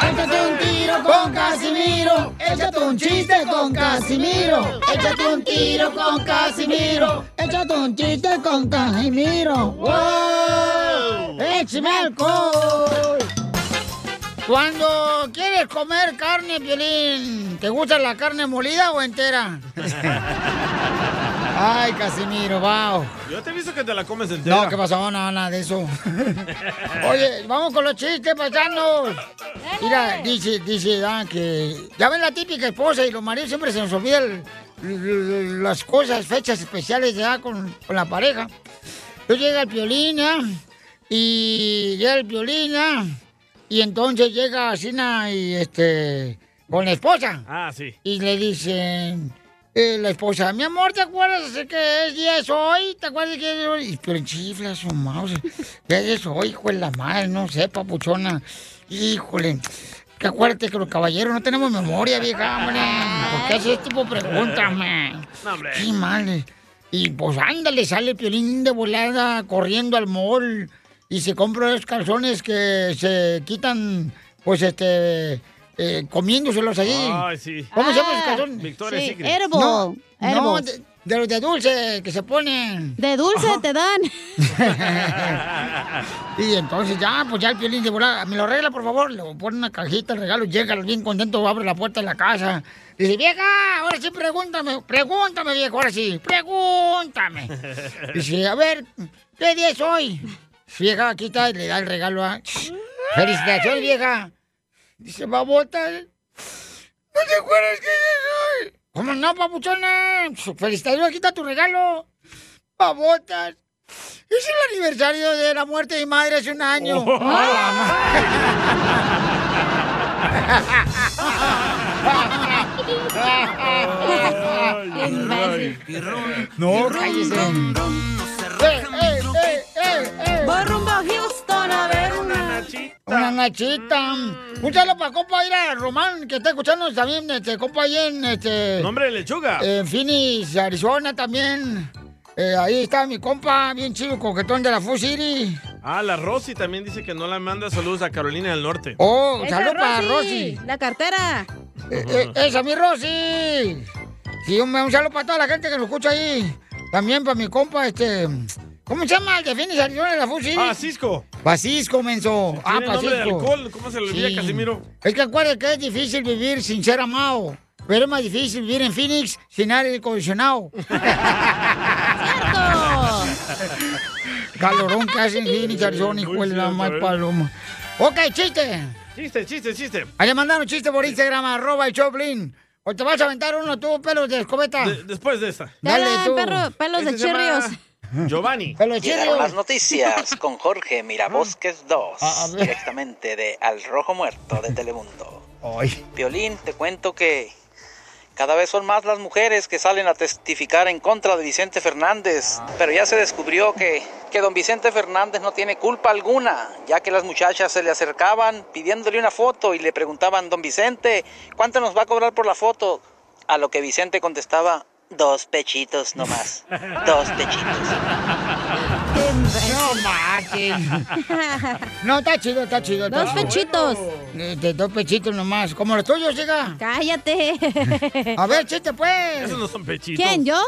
Speaker 1: Échate
Speaker 25: un tiro con Casimiro. Échate un chiste con Casimiro. Échate un tiro con Casimiro. Échate un chiste con Casimiro.
Speaker 2: ¡Wow!
Speaker 25: ¡Échame alcohol!
Speaker 2: Cuando quieres comer carne, Piolín, ¿te gusta la carne molida o entera? Ay, Casimiro, wow.
Speaker 4: Yo te he visto que te la comes entera.
Speaker 2: No, ¿qué pasó? No, nada de eso. Oye, vamos con los chistes, paisanos. Mira, dice, dice, ah, que... Ya ven la típica esposa y los maridos siempre se nos olvidan las cosas, fechas especiales ya con, con la pareja. Yo llega el Piolín, ¿ya? Y llega el Piolín, ¿ya? Y entonces llega Sina y este... Con la esposa.
Speaker 4: Ah, sí.
Speaker 2: Y le dicen... eh, la esposa, mi amor, ¿te acuerdas que es día es hoy? ¿Te acuerdas que es hoy? Y Piolín chifla su mouse. ¿Qué es hoy, hijo de la madre? No sé, papuchona. Híjole. Que acuérdate que los caballeros no tenemos memoria, vieja, hombre. ¿Por qué haces este tipo de preguntas, man?
Speaker 1: No, hombre.
Speaker 2: Sí, mal. Y pues ándale, sale Piolín de volada corriendo al mall y se compra los calzones que se quitan, pues este, eh, comiéndoselos allí.
Speaker 4: Ay, sí.
Speaker 2: ¿Cómo se llaman esos
Speaker 4: Ah,
Speaker 2: calzones?
Speaker 4: Victoria's sí, Secret.
Speaker 6: Herbal,
Speaker 2: No, no,
Speaker 6: herbal.
Speaker 2: de, de los de dulce que se ponen.
Speaker 6: De dulce te dan.
Speaker 2: Y entonces ya, pues ya el piolín de volada, me lo arregla por favor, le pone una cajita, el regalo, llega bien contento, abre la puerta de la casa. Dice, vieja, ahora sí pregúntame, pregúntame viejo, ahora sí, pregúntame. Dice, a ver, ¿qué día es hoy? Vieja, aquí está, y le da el regalo a... Felicitaciones, vieja. Dice, babota, ¿no te acuerdas qué día es hoy? ¿Cómo no, papuchona? Felicitaciones, aquí está tu regalo. Babotas. Es el aniversario de la muerte de mi madre hace un año.
Speaker 4: Oh.
Speaker 2: ¡A la
Speaker 1: Oh. Imbécil.
Speaker 2: No,
Speaker 1: Eh, eh, eh, eh, eh.
Speaker 2: Voy rumbo a Houston a ver una nachita. Mm. Una nachita. Un saludo para compa Ira Román, que está escuchando también, este compa ahí en este.
Speaker 4: Nombre de lechuga.
Speaker 2: En Phoenix, Arizona también. Eh, ahí está mi compa, bien chido, coquetón de la Food City.
Speaker 4: Ah, la Rosy también dice que no le manda saludos a Carolina del Norte.
Speaker 2: Oh, saludo para Rosy.
Speaker 6: La cartera.
Speaker 2: Eh, eh, ¡Esa, mi Rosy! Sí, un, un saludo para toda la gente que lo escucha ahí. También para mi compa, este. ¿Cómo se llama el que viene y salió de la Food City?
Speaker 4: Ah, Cisco.
Speaker 2: Francisco, menso. ah,
Speaker 4: Tiene nombre de
Speaker 2: Francisco.
Speaker 4: alcohol. ¿Cómo se le olvida,
Speaker 2: Sí.
Speaker 4: Casimiro?
Speaker 2: Es que acuérdate que es difícil vivir sin ser amado. Pero es más difícil vivir en Phoenix sin aire acondicionado. Calorón que hace en Phoenix, Arizona, hijo de la más
Speaker 4: ¿eh?
Speaker 2: paloma. Ok, chiste.
Speaker 4: Chiste, chiste, chiste.
Speaker 2: Allá mandaron chiste por Instagram, arroba el Choplin. O te vas a aventar uno tú, pelos de escobeta.
Speaker 4: De- después de esta.
Speaker 2: Dale tú.
Speaker 4: Este se llama Giovanni.
Speaker 2: Pelos
Speaker 8: Llegaron las
Speaker 2: chirrios. Ah,
Speaker 8: noticias con Jorge Mirabosques 2, directamente de Al Rojo Muerto de Telemundo. Violín, te cuento que cada vez son más las mujeres que salen a testificar en contra de Vicente Fernández, pero ya se descubrió que, que don Vicente Fernández no tiene culpa alguna, ya que las muchachas se le acercaban pidiéndole una foto y le preguntaban, don Vicente, ¿cuánto nos va a cobrar por la foto? A lo que Vicente contestaba, dos pechitos nomás, dos pechitos.
Speaker 2: No mames. No, está chido, está chido. está
Speaker 6: Dos
Speaker 2: chido.
Speaker 6: pechitos.
Speaker 2: Eh, de dos pechitos nomás. Como los tuyos, chica.
Speaker 6: Cállate.
Speaker 2: A ver, chiste, pues.
Speaker 4: Esos no son pechitos.
Speaker 2: ¿Yo?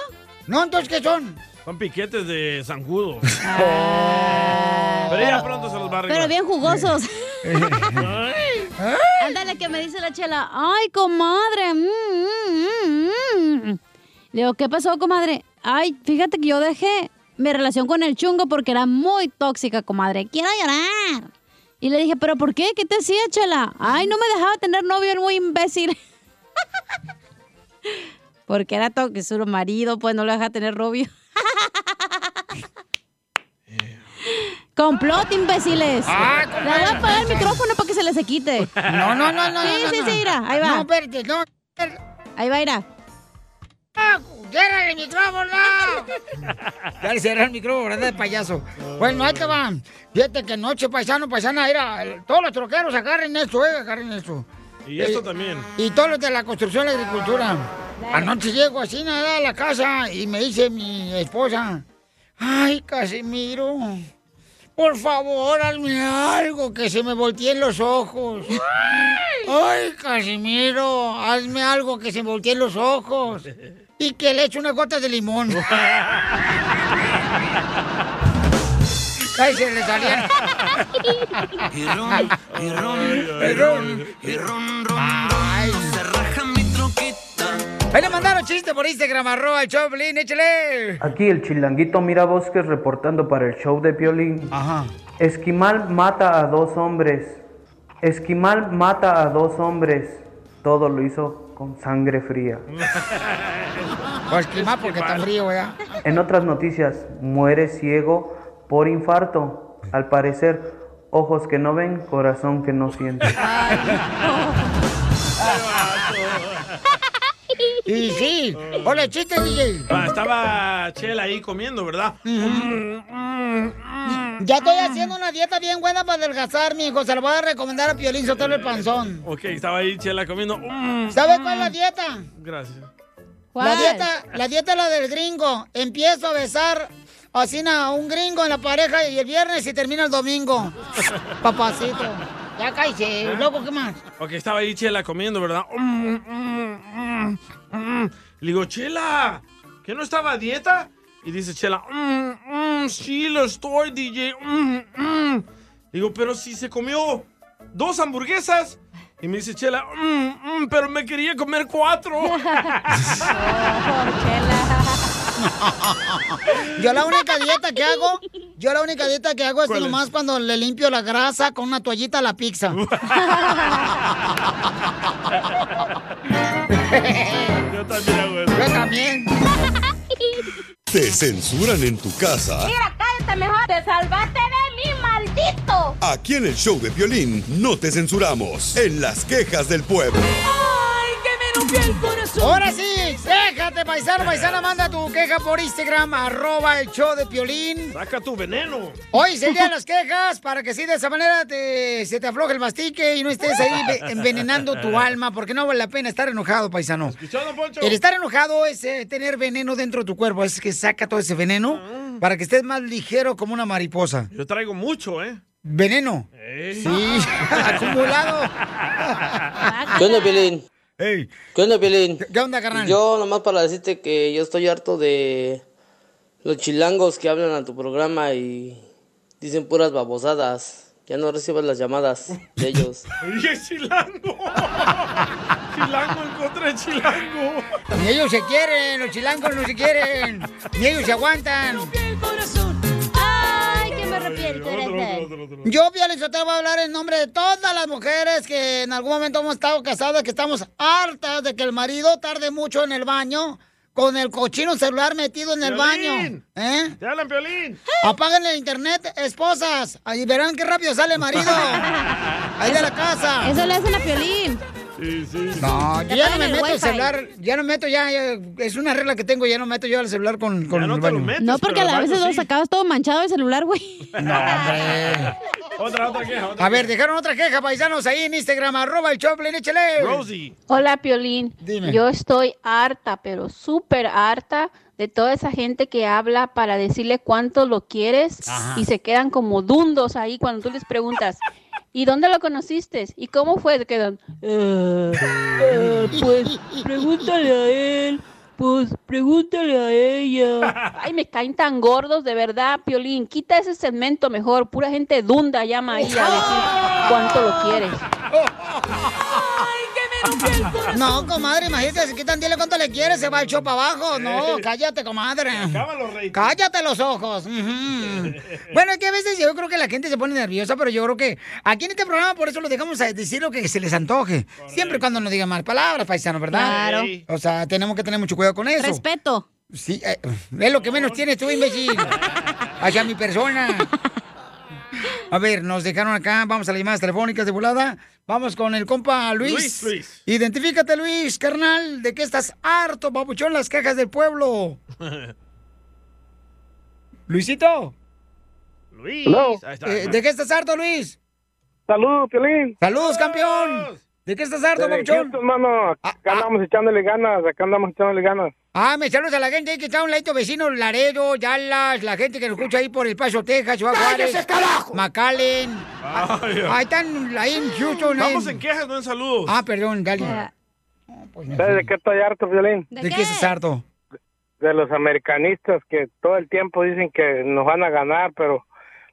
Speaker 2: No, entonces, ¿qué son?
Speaker 4: Son piquetes de zancudo. pero ya pronto se los va a arreglar.
Speaker 6: Ah. Pero bien jugosos. Ándale, que me dice la chela. Ay, comadre. mm, mm, mm, mm". Le digo, ¿qué pasó, comadre? Ay, fíjate que yo dejé mi relación con el chungo porque era muy tóxica, comadre. Quiero llorar. Y le dije, ¿pero por qué? ¿Qué te hacía, chela? Ay, no me dejaba tener novio, era muy imbécil. porque era tóxico, su marido, pues no lo deja tener novio. Complot, imbéciles.
Speaker 2: Ah,
Speaker 6: Le voy a apagar el micrófono para que se les quite.
Speaker 2: No, no, no, no.
Speaker 6: Sí,
Speaker 2: no,
Speaker 6: sí,
Speaker 2: no.
Speaker 6: sí, mira, ahí va.
Speaker 2: No, espérate, no.
Speaker 6: Ahí va, irá.
Speaker 2: ¡Cierra el micrófono! Ya le cerré el micrófono, anda de payaso. Bueno, ahí te van. Fíjate que noche, paisano, paisana, era. Todos los troqueros agarren esto, eh, agarren esto.
Speaker 4: Y esto
Speaker 2: Eh,
Speaker 4: también.
Speaker 2: Y todos los de la construcción y la agricultura. Anoche llego así nada a la casa y me dice mi esposa, ay Casimiro, por favor hazme algo que se me volteen los ojos. Ay Casimiro, hazme algo que se me volteen los ojos. Y que le eche unas gotas de limón. Ay, se le salían.
Speaker 1: Y ron, y ron, y ron, y ron, ron, ron. Se raja mi troquita.
Speaker 2: Ahí le mandaron chiste por Instagram, arroba el Choplin, échale.
Speaker 22: Aquí el chilanguito Mirabosques reportando para el show de Piolín. Esquimal mata a dos hombres. Esquimal mata a dos hombres. Todo lo hizo con sangre fría.
Speaker 2: Pues que más porque está frío, ¿verdad?
Speaker 22: En otras noticias, muere ciego por infarto. Al parecer, ojos que no ven, corazón que no siente.
Speaker 2: Y sí. Hola, chiste, DJ.
Speaker 4: Ah, estaba Chela ahí comiendo, ¿verdad?
Speaker 2: Ya estoy haciendo una dieta bien buena para adelgazar, mijo. Se lo voy a recomendar a Piolín Sotelo el panzón.
Speaker 4: Ok, estaba ahí Chela comiendo. Mm,
Speaker 2: ¿Sabes cuál es la dieta?
Speaker 4: Gracias.
Speaker 2: La dieta, la dieta es la del gringo. Empiezo a besar así a un gringo en la pareja y el viernes y termina el domingo. Papacito. Ya cállese, loco, ¿qué más?
Speaker 4: Ok, estaba ahí Chela comiendo, ¿verdad? Mm. Le digo, Chela, ¿que no estaba a dieta? Y dice Chela, "Mm, mm, sí, lo estoy, DJ. mm, mm". Le digo, pero si se comió dos hamburguesas. Y me dice Chela, "Mm, mm, pero me quería comer cuatro.
Speaker 2: Yo la única dieta que hago, yo la única dieta que hago es
Speaker 4: ¿Cuál es?
Speaker 2: nomás cuando le limpio la grasa con una toallita a la pizza.
Speaker 4: Yo también hago eso.
Speaker 2: Yo también.
Speaker 5: ¿Te censuran en tu casa?
Speaker 9: cállate mejor. Te salvaste de mí, maldito.
Speaker 5: Aquí en el show de violín no te censuramos. En las quejas del pueblo.
Speaker 2: ¡Ay, que me rompió el corazón! Ahora sí, déjate, paisano, paisana, manda tu queja por Instagram, arroba el show de Piolín.
Speaker 4: Saca tu veneno.
Speaker 2: Hoy se día de las quejas para que sí, de esa manera te- se te afloje el mastique y no estés ahí ve- envenenando tu alma, porque no vale la pena estar enojado, paisano. El estar enojado es eh, tener veneno dentro de tu cuerpo, es que saca todo ese veneno para que estés más ligero como una mariposa.
Speaker 4: Ah. Yo traigo mucho, ¿eh?
Speaker 2: Veneno. Sí, acumulado.
Speaker 10: ¿Qué onda, Piolín? ¿Qué onda, Piolín?
Speaker 2: ¿Qué onda, carnal?
Speaker 10: Yo nomás para decirte que yo estoy harto de los chilangos que hablan a tu programa y dicen puras babosadas. Ya no recibas las llamadas de ellos.
Speaker 4: Dije chilango. chilango en contra de chilango.
Speaker 2: Ni ellos se quieren, los chilangos no se quieren. Ni ellos se aguantan.
Speaker 6: Ay, que me rompí el corazón.
Speaker 2: Yo, Piolín Sotelo, voy a hablar en nombre de todas las mujeres que en algún momento hemos estado casadas, que estamos hartas de que el marido tarde mucho en el baño, con el cochino celular metido en el baño.
Speaker 4: Piolín.
Speaker 2: ¿Eh?
Speaker 4: ¡Te hablan, Piolín!
Speaker 2: Apaguen el internet, esposas. Ahí verán qué rápido sale el marido. Ahí de la casa.
Speaker 6: Eso le hacen a Piolín.
Speaker 4: Sí, sí.
Speaker 2: No, yo ya no
Speaker 6: Apagan
Speaker 2: me
Speaker 6: el
Speaker 2: meto el
Speaker 6: wifi.
Speaker 2: celular, ya no meto ya, ya- es una regla que tengo, ya no meto yo el celular con, con el baño.
Speaker 6: no, porque a veces lo sacabas todo manchado el celular, güey.
Speaker 2: No, hombre.
Speaker 4: Otra, otra queja.
Speaker 2: A ver, dejaron otra queja, paisanos, ahí en Instagram, arroba el Choplin, échale.
Speaker 4: Rosy.
Speaker 9: Hola, Piolín.
Speaker 2: Dime.
Speaker 9: Yo estoy harta, pero súper harta de toda esa gente que habla para decirle cuánto lo quieres Ajá. y se quedan como dundos ahí cuando tú les preguntas. ¿Y dónde lo conociste? ¿Y cómo fue? Se Quedan. "Eh, eh, pues pregúntale a él. Pues pregúntale a ella. Ay, me caen tan gordos, de verdad, Piolín. Quita ese segmento mejor. Pura gente dunda llama ahí a decir cuánto lo quieres.
Speaker 2: No, comadre, imagínate, si quitan, dile cuánto le quieres, se va el show para abajo. No, cállate, comadre. Cállate los ojos. ujú. Bueno, es que a veces yo creo que la gente se pone nerviosa, pero yo creo que aquí en este programa por eso lo dejamos a decir lo que se les antoje. Siempre y cuando nos digan mal palabras, paisanos, ¿verdad?
Speaker 6: Claro.
Speaker 2: O sea, tenemos que tener mucho cuidado con eso.
Speaker 6: Respeto.
Speaker 2: Sí, eh, es lo que menos tienes tú, imbécil. Hacia mi persona. A ver, nos dejaron acá, vamos a las llamadas telefónicas de volada. Vamos con el compa Luis.
Speaker 4: Luis, Luis.
Speaker 2: Identifícate, Luis, carnal, de qué estás harto, papuchón, las quejas del pueblo. Luisito.
Speaker 4: Luis. Ahí está.
Speaker 2: Eh, ¿De qué estás harto, Luis?
Speaker 11: Saludos, Piolín.
Speaker 2: Saludos, campeón. ¿De qué estás harto,
Speaker 11: Desde
Speaker 2: papuchón?
Speaker 11: Houston, mano, acá andamos echándole ganas, acá andamos echándole ganas.
Speaker 2: Ah, me saludos a la gente ahí que está a un ladito vecino, Laredo, Dallas, la gente que nos escucha ahí por El Paso, Texas, Ciudad Juárez, McAllen.
Speaker 4: Ay,
Speaker 2: Ahí están, ahí en Houston.
Speaker 4: Estamos en quejas, no en saludos.
Speaker 2: Ah, perdón, dale.
Speaker 11: ¿Sabes de qué estoy harto, Violín?
Speaker 2: Pues ¿De qué estás harto?
Speaker 11: De los americanistas que todo el tiempo dicen que nos van a ganar, pero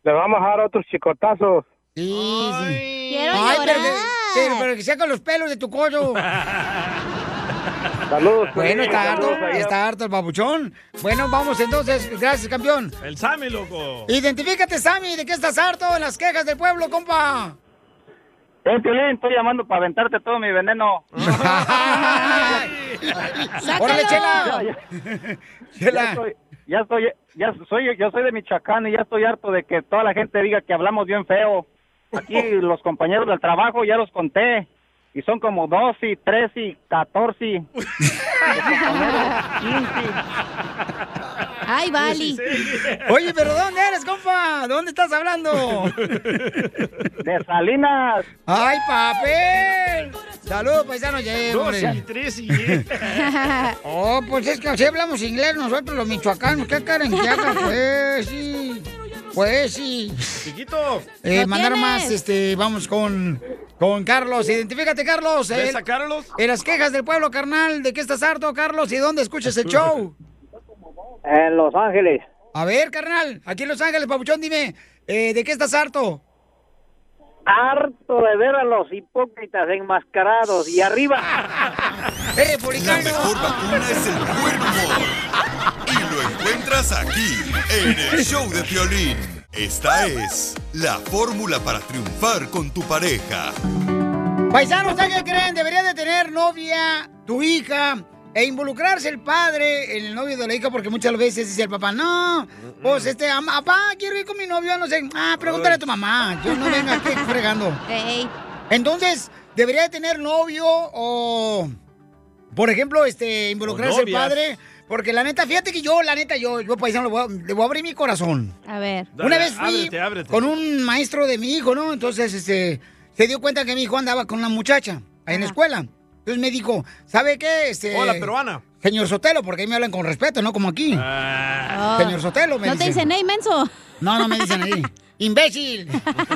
Speaker 11: les vamos a dar otros chicotazos.
Speaker 2: Sí, sí. Ay, pero que, pero, pero que sea con los pelos de tu codo.
Speaker 11: Saludos.
Speaker 2: Bueno, está harto,
Speaker 4: Saludos allá.
Speaker 2: está harto el babuchón. Bueno, vamos entonces. Gracias, campeón.
Speaker 4: El Sammy, loco.
Speaker 2: Identifícate, Sammy, ¿de qué estás harto? En las quejas del pueblo, compa.
Speaker 12: Eh, Piolín, estoy llamando para aventarte todo mi veneno.
Speaker 2: ¡Órale,
Speaker 12: Ya, ya.
Speaker 2: chela!
Speaker 12: Ya estoy, ya estoy, ya soy, yo soy de Michoacán y ya estoy harto de que toda la gente diga que hablamos bien feo. Aquí los compañeros del trabajo ya los conté y son como 12, y 13, y 14. y-
Speaker 6: Ay, Bali.
Speaker 2: Oye, pero ¿dónde eres, compa? ¿Dónde estás hablando?
Speaker 12: De Salinas.
Speaker 2: ¡Ay, papel! Saludos, paisano. ya,
Speaker 4: Dos
Speaker 2: hombre.
Speaker 4: y tres y eh.
Speaker 2: Oh, pues es que así hablamos inglés nosotros los michoacanos. ¿Qué quieren que haga? Pues sí. Pues sí.
Speaker 4: Chiquito.
Speaker 2: Eh,
Speaker 4: Lo
Speaker 2: mandar
Speaker 4: tienes.
Speaker 2: más, este, vamos con, con Carlos. Identifícate, Carlos.
Speaker 4: ¿Ves
Speaker 2: Eh,
Speaker 4: a Carlos?
Speaker 2: En las quejas del pueblo, carnal. ¿De qué estás harto, Carlos? ¿Y dónde escuchas el show?
Speaker 13: En Los Ángeles.
Speaker 2: A ver, carnal. Aquí en Los Ángeles, papuchón, dime. eh, ¿De qué estás harto?
Speaker 13: Harto de ver a los hipócritas enmascarados y arriba.
Speaker 2: ¡Eh, republicano!
Speaker 5: La mejor vacuna es el buen humor. Y lo encuentras aquí, en el show de Piolín. Esta es la fórmula para triunfar con tu pareja.
Speaker 2: Paisanos, ¿ustedes qué creen? Debería de tener novia, tu hija, e involucrarse el padre en el novio de la hija, porque muchas veces dice el papá, no, pues este, am- papá, quiero ir con mi novio, no sé, ah, pregúntale a tu mamá, yo no vengo aquí fregando. Entonces, debería de tener novio o, por ejemplo, este, involucrarse el
Speaker 6: novias.
Speaker 2: padre, porque la neta, fíjate que yo, la neta, yo, yo, paisano, le voy a- le voy a abrir mi corazón.
Speaker 6: A ver.
Speaker 2: Dale, Una vez fui
Speaker 6: ábrete, ábrete.
Speaker 2: con un maestro de mi hijo, ¿no? Entonces, este, se dio cuenta que mi hijo andaba con una muchacha ahí en la escuela. Entonces me dijo, ¿sabe qué? Este,
Speaker 4: Hola, peruana.
Speaker 2: Señor Sotelo, porque ahí me hablan con respeto, ¿no? Como aquí. Señor Sotelo, me
Speaker 6: Ah. ¿No te dicen,
Speaker 2: hey, menso? No, no me dicen ahí. ¡Imbécil!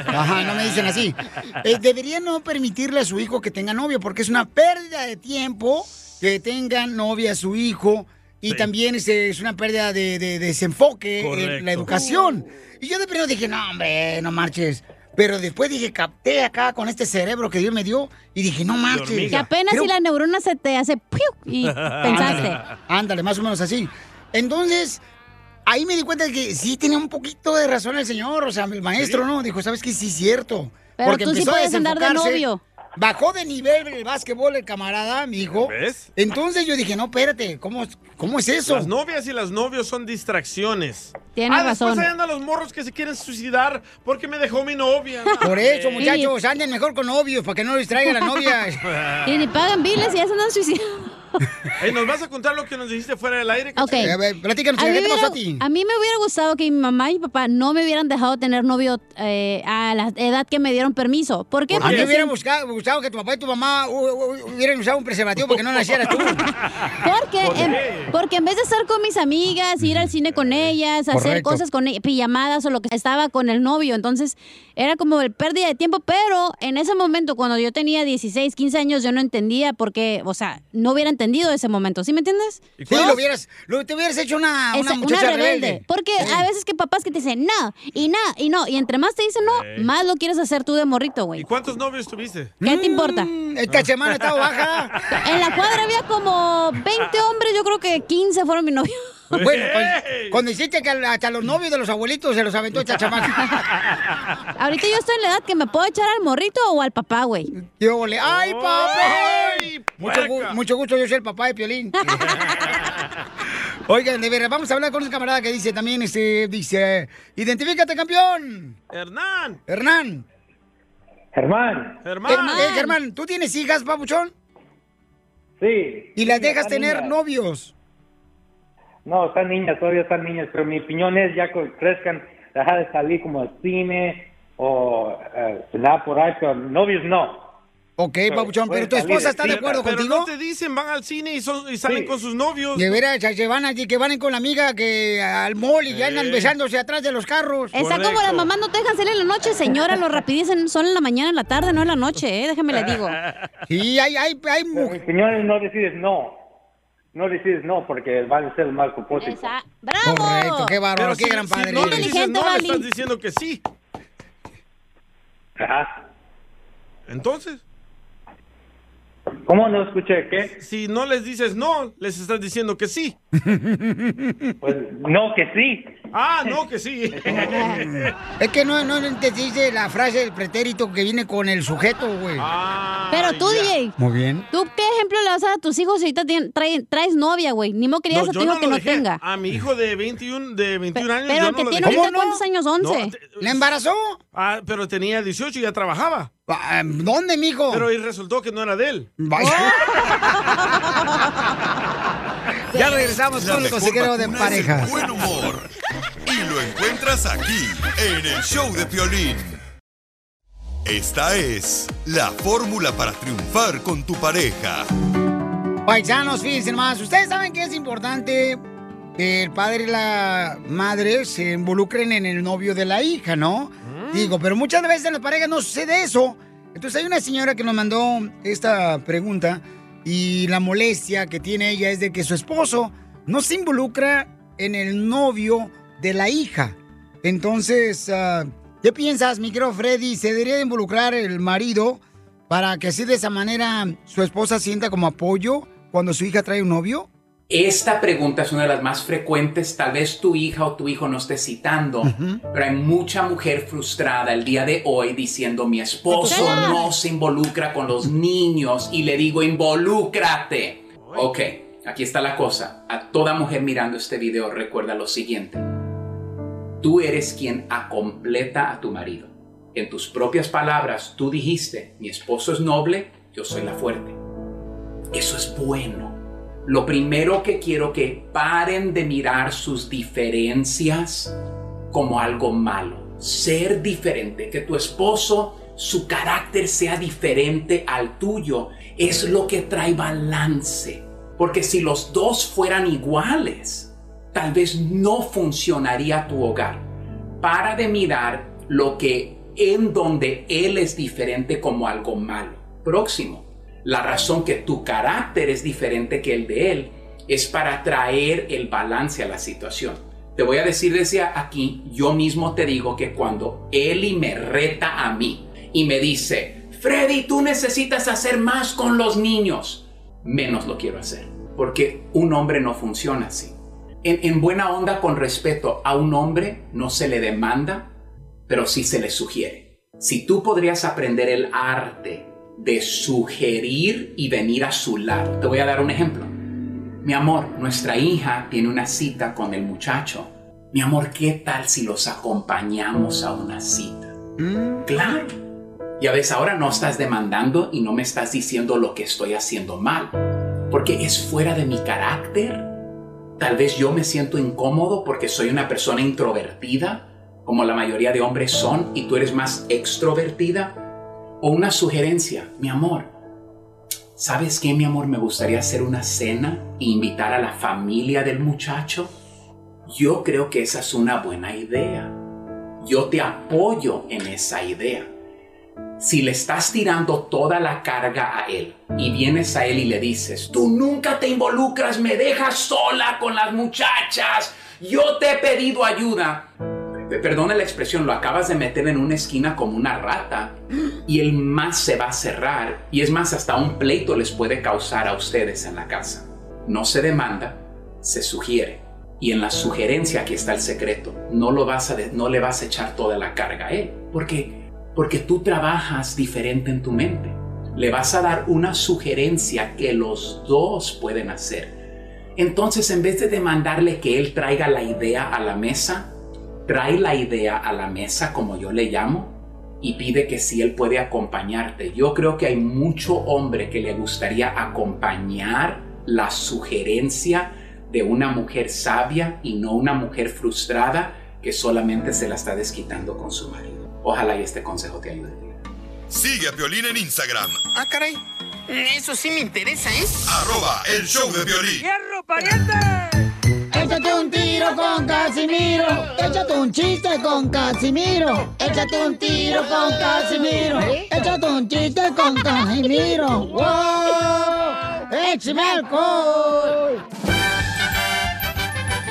Speaker 2: Ajá, no me dicen así. Eh, debería no permitirle a su hijo que tenga novio, porque es una pérdida de tiempo que tenga novia su hijo. Y también este, es una pérdida de, de- de desenfoque en
Speaker 25: Correcto.
Speaker 2: la educación. Y yo de primero dije, no, hombre, no marches. Pero después dije, capté acá con este cerebro que Dios me dio y dije, no marches.
Speaker 6: Que apenas
Speaker 2: Creo-
Speaker 6: si la neurona se te hace ¡piu! y pensaste.
Speaker 2: Ándale, ándale, más o menos así. Entonces, ahí me di cuenta de que sí tenía un poquito de razón el señor, o sea, el maestro, ¿no? Dijo, ¿sabes qué? Sí, es cierto.
Speaker 6: Pero tú sí puedes andar de
Speaker 2: desenfocarse.
Speaker 6: novio.
Speaker 2: Bajó de nivel el básquetbol el camarada, mi hijo.
Speaker 4: ¿Ves?
Speaker 2: Entonces yo dije, no, espérate, ¿cómo, cómo es eso?
Speaker 4: Las novias y las novios son distracciones.
Speaker 2: Tiene
Speaker 4: ah, después
Speaker 2: razón.
Speaker 4: ahí andan los morros que se quieren suicidar porque me dejó mi novia.
Speaker 2: Por eso, muchachos, anden mejor con novios para que no les traiga la novia.
Speaker 6: Y ni pagan biles y ya se andan suicidando.
Speaker 4: Ey, ¿Nos vas a contar lo que nos dijiste fuera del aire?
Speaker 6: Ok.
Speaker 4: cachorro?
Speaker 6: A mí hubiera- a mí me hubiera gustado que mi mamá y mi papá no me hubieran dejado tener novio eh, a la edad que me dieron permiso. ¿Por qué?
Speaker 2: A mí
Speaker 6: Porque
Speaker 2: me hubiera
Speaker 6: si-
Speaker 2: busca- gustado que tu papá y tu mamá uh, uh, uh, hubieran usado un preservativo para que no nacieras tú.
Speaker 6: Porque,
Speaker 2: ¿Por
Speaker 6: en,
Speaker 2: qué?
Speaker 6: porque en vez de estar con mis amigas, ir al cine con ellas, hacer
Speaker 2: Correcto.
Speaker 6: cosas con ellas, pijamadas o lo que estaba con el novio, entonces era como el pérdida de tiempo, pero en ese momento, cuando yo tenía 16, 15 años, yo no entendía por qué, o sea, no hubiera entendido ese momento, ¿sí me entiendes?
Speaker 2: Sí, lo hubieras, lo, te hubieras hecho una, una
Speaker 6: Esa-
Speaker 2: muchacha rebelde.
Speaker 6: Porque a veces que papás que te dicen no, y no, y no, y entre más te dicen no,
Speaker 4: Sí.
Speaker 6: más lo quieres hacer tú de morrito, güey.
Speaker 4: ¿Cuántos novios tuviste?
Speaker 6: ¿Qué
Speaker 2: Mm,
Speaker 6: te importa?
Speaker 4: esta semana está baja.
Speaker 6: En la cuadra había como 20 hombres, yo creo que 15 fueron mis novios.
Speaker 2: Bueno, cuando, cuando hiciste que al- hasta los novios de los abuelitos se los aventó esta chamaca.
Speaker 6: Ahorita yo estoy en la edad que me puedo echar al morrito o al papá, güey.
Speaker 2: Yo ole, ¡ay, papá! Mucho, gu-
Speaker 6: puerca!
Speaker 2: mucho gusto, yo soy el papá de Piolín. Oigan, de veras, vamos a hablar con un camarada que dice también, este, dice, identifícate, campeón. Hernán. Hernán.
Speaker 16: Germán.
Speaker 2: Germán. Eh, Germán, ¿tú tienes hijas, papuchón?
Speaker 16: Sí.
Speaker 2: ¿Y las
Speaker 16: Sí,
Speaker 2: dejas
Speaker 16: están
Speaker 2: tener
Speaker 16: niñas.
Speaker 2: novios?
Speaker 16: No, están niñas, todavía están niñas, pero mi opinión es ya que crezcan, dejar de salir como al cine o eh, cenar por ahí, pero novios no.
Speaker 2: Ok, papuchón, pero tu esposa está de acuerdo
Speaker 4: pero
Speaker 2: contigo.
Speaker 4: no te dicen, van al cine y, son- y salen con sus novios.
Speaker 2: De veras, ya se van allí, que van con la amiga que Eh, al mall y ya andan
Speaker 4: Eh.
Speaker 2: besándose atrás de los carros.
Speaker 6: Está como las mamás no te dejan salir en la noche, señora. Los rapidicen son en la mañana, en la tarde, no en la noche, ¿eh? Déjame le digo.
Speaker 2: Sí, hay, hay, hay
Speaker 16: Pero mi opinión es no decides no. No decides no porque van a ser mal propósito.
Speaker 6: ¡Bravo!
Speaker 2: Correcto, qué bárbaro,
Speaker 16: Pero
Speaker 2: qué
Speaker 16: si-
Speaker 2: gran
Speaker 16: si
Speaker 2: padre.
Speaker 16: no
Speaker 2: eres.
Speaker 16: le dices no, le estás
Speaker 4: diciendo que sí. Entonces.
Speaker 16: ¿Cómo no escuché qué?
Speaker 4: Si no les dices no, les estás diciendo que sí.
Speaker 16: Pues no que sí.
Speaker 4: Ah, no que sí.
Speaker 2: Es que no, no te dice la frase del pretérito que viene con el sujeto, güey.
Speaker 4: Ah.
Speaker 6: Pero tú, DJ,
Speaker 2: Muy bien.
Speaker 6: ¿tú qué ejemplo le vas a dar a tus hijos si ahorita tien- traen- traes novia, güey? Ni modo querías
Speaker 4: No,
Speaker 6: a tu
Speaker 4: yo
Speaker 6: hijo
Speaker 4: no
Speaker 6: que
Speaker 4: lo
Speaker 6: no
Speaker 4: dejé.
Speaker 6: tenga.
Speaker 2: Ah.
Speaker 4: A mi hijo de 21, de 21 años.
Speaker 6: pero
Speaker 4: yo
Speaker 6: el que
Speaker 4: no lo
Speaker 6: tiene
Speaker 4: dejé.
Speaker 6: ahorita, ¿cuántos años? 11.
Speaker 2: ¿La embarazó? Ah,
Speaker 4: Ah, pero tenía 18 y ya trabajaba.
Speaker 2: em, ¿Dónde, mijo?
Speaker 4: Pero y resultó que no era de él. Oh.
Speaker 2: Ya regresamos
Speaker 5: La
Speaker 2: con el
Speaker 5: mejor
Speaker 2: consejero de
Speaker 5: vacuna es el
Speaker 2: parejas.
Speaker 5: Buen humor. Y lo encuentras aquí, en el show de Piolín. Esta es la fórmula para triunfar con tu pareja.
Speaker 2: Paisanos, fíjense más. Ustedes saben que es importante que el padre y la madre se involucren en el novio de la hija, ¿no? Digo, pero muchas veces en las parejas no sucede eso. Entonces hay una señora que nos mandó esta pregunta y la molestia que tiene ella es de que su esposo no se involucra en el novio de la hija. Entonces, ah, ¿qué piensas, mi querido Freddy? ¿Se debería de involucrar el marido para que así de esa manera su esposa sienta como apoyo cuando su hija trae un novio?
Speaker 26: Esta pregunta es una de las más frecuentes, tal vez tu hija o tu hijo no esté citando, pero hay mucha mujer frustrada el día de hoy diciendo mi esposo
Speaker 19: Chela.
Speaker 26: no se involucra con los niños y le digo involúcrate. Ok, aquí está la cosa. A toda mujer mirando este video recuerda lo siguiente. Tú eres quien acompleta a tu marido. En tus propias palabras, tú dijiste, mi esposo es noble, yo soy la fuerte. Eso es bueno. Lo primero que quiero que paren de mirar sus diferencias como algo malo. Ser diferente, que tu esposo, su carácter sea diferente al tuyo, es lo que trae balance. Porque si los dos fueran iguales, tal vez no funcionaría tu hogar para de mirar lo que en donde él es diferente como algo malo. Próximo, la razón que tu carácter es diferente que el de él es para traer el balance a la situación. Te voy a decir desde aquí, yo mismo te digo que cuando Eli me reta a mí y me dice, Freddy, tú necesitas hacer más con los niños, menos lo quiero hacer, porque un hombre no funciona así. En, en buena onda, con respeto a un hombre, no se le demanda, pero sí se le sugiere. Si tú podrías aprender el arte de sugerir y venir a su lado, te voy a dar un ejemplo. Mi amor, nuestra hija tiene una cita con el muchacho. Mi amor, ¿qué tal si los acompañamos a una cita? Claro. Ya ves, ahora no estás demandando y no me estás diciendo lo que estoy haciendo mal, porque es fuera de mi carácter Tal vez yo me siento incómodo porque soy una persona introvertida, como la mayoría de hombres son, y tú eres más extrovertida. O una sugerencia, mi amor. ¿Sabes qué, mi amor? Me gustaría hacer una cena e invitar a la familia del muchacho. Yo creo que esa es una buena idea. Yo te apoyo en esa idea. Si le estás tirando toda la carga a él y vienes a él y le dices, tú nunca te involucras, me dejas sola con las muchachas, yo te he pedido ayuda. P- Perdona la expresión, lo acabas de meter en una esquina como una rata y el más se va a cerrar y es más, hasta un pleito les puede causar a ustedes en la casa. No se demanda, se sugiere. Y en la sugerencia aquí está el secreto. No, lo vas a de- no le vas a echar toda la carga a él. Porque, porque tú trabajas diferente en tu mente. Le vas a dar una sugerencia que los dos pueden hacer. Entonces, en vez de demandarle que él traiga la idea a la mesa, trae la idea a la mesa, como yo le llamo, y pide que si él puede acompañarte. Yo creo que hay mucho hombre que le gustaría acompañar la sugerencia de una mujer sabia y no una mujer frustrada que solamente se la está desquitando con su marido. Ojalá y este consejo te ayude.
Speaker 5: Sigue a Piolín en Instagram,
Speaker 15: Ah, caray. Eso sí me interesa, ¿eh?
Speaker 5: arroba el show de Piolín.
Speaker 15: ¡Hierro, pariente!
Speaker 25: Échate un tiro con Casimiro. Échate un chiste con Casimiro. Échate un tiro con Casimiro. Échate un chiste con Casimiro. ¡Wow! ¡Échame alcohol!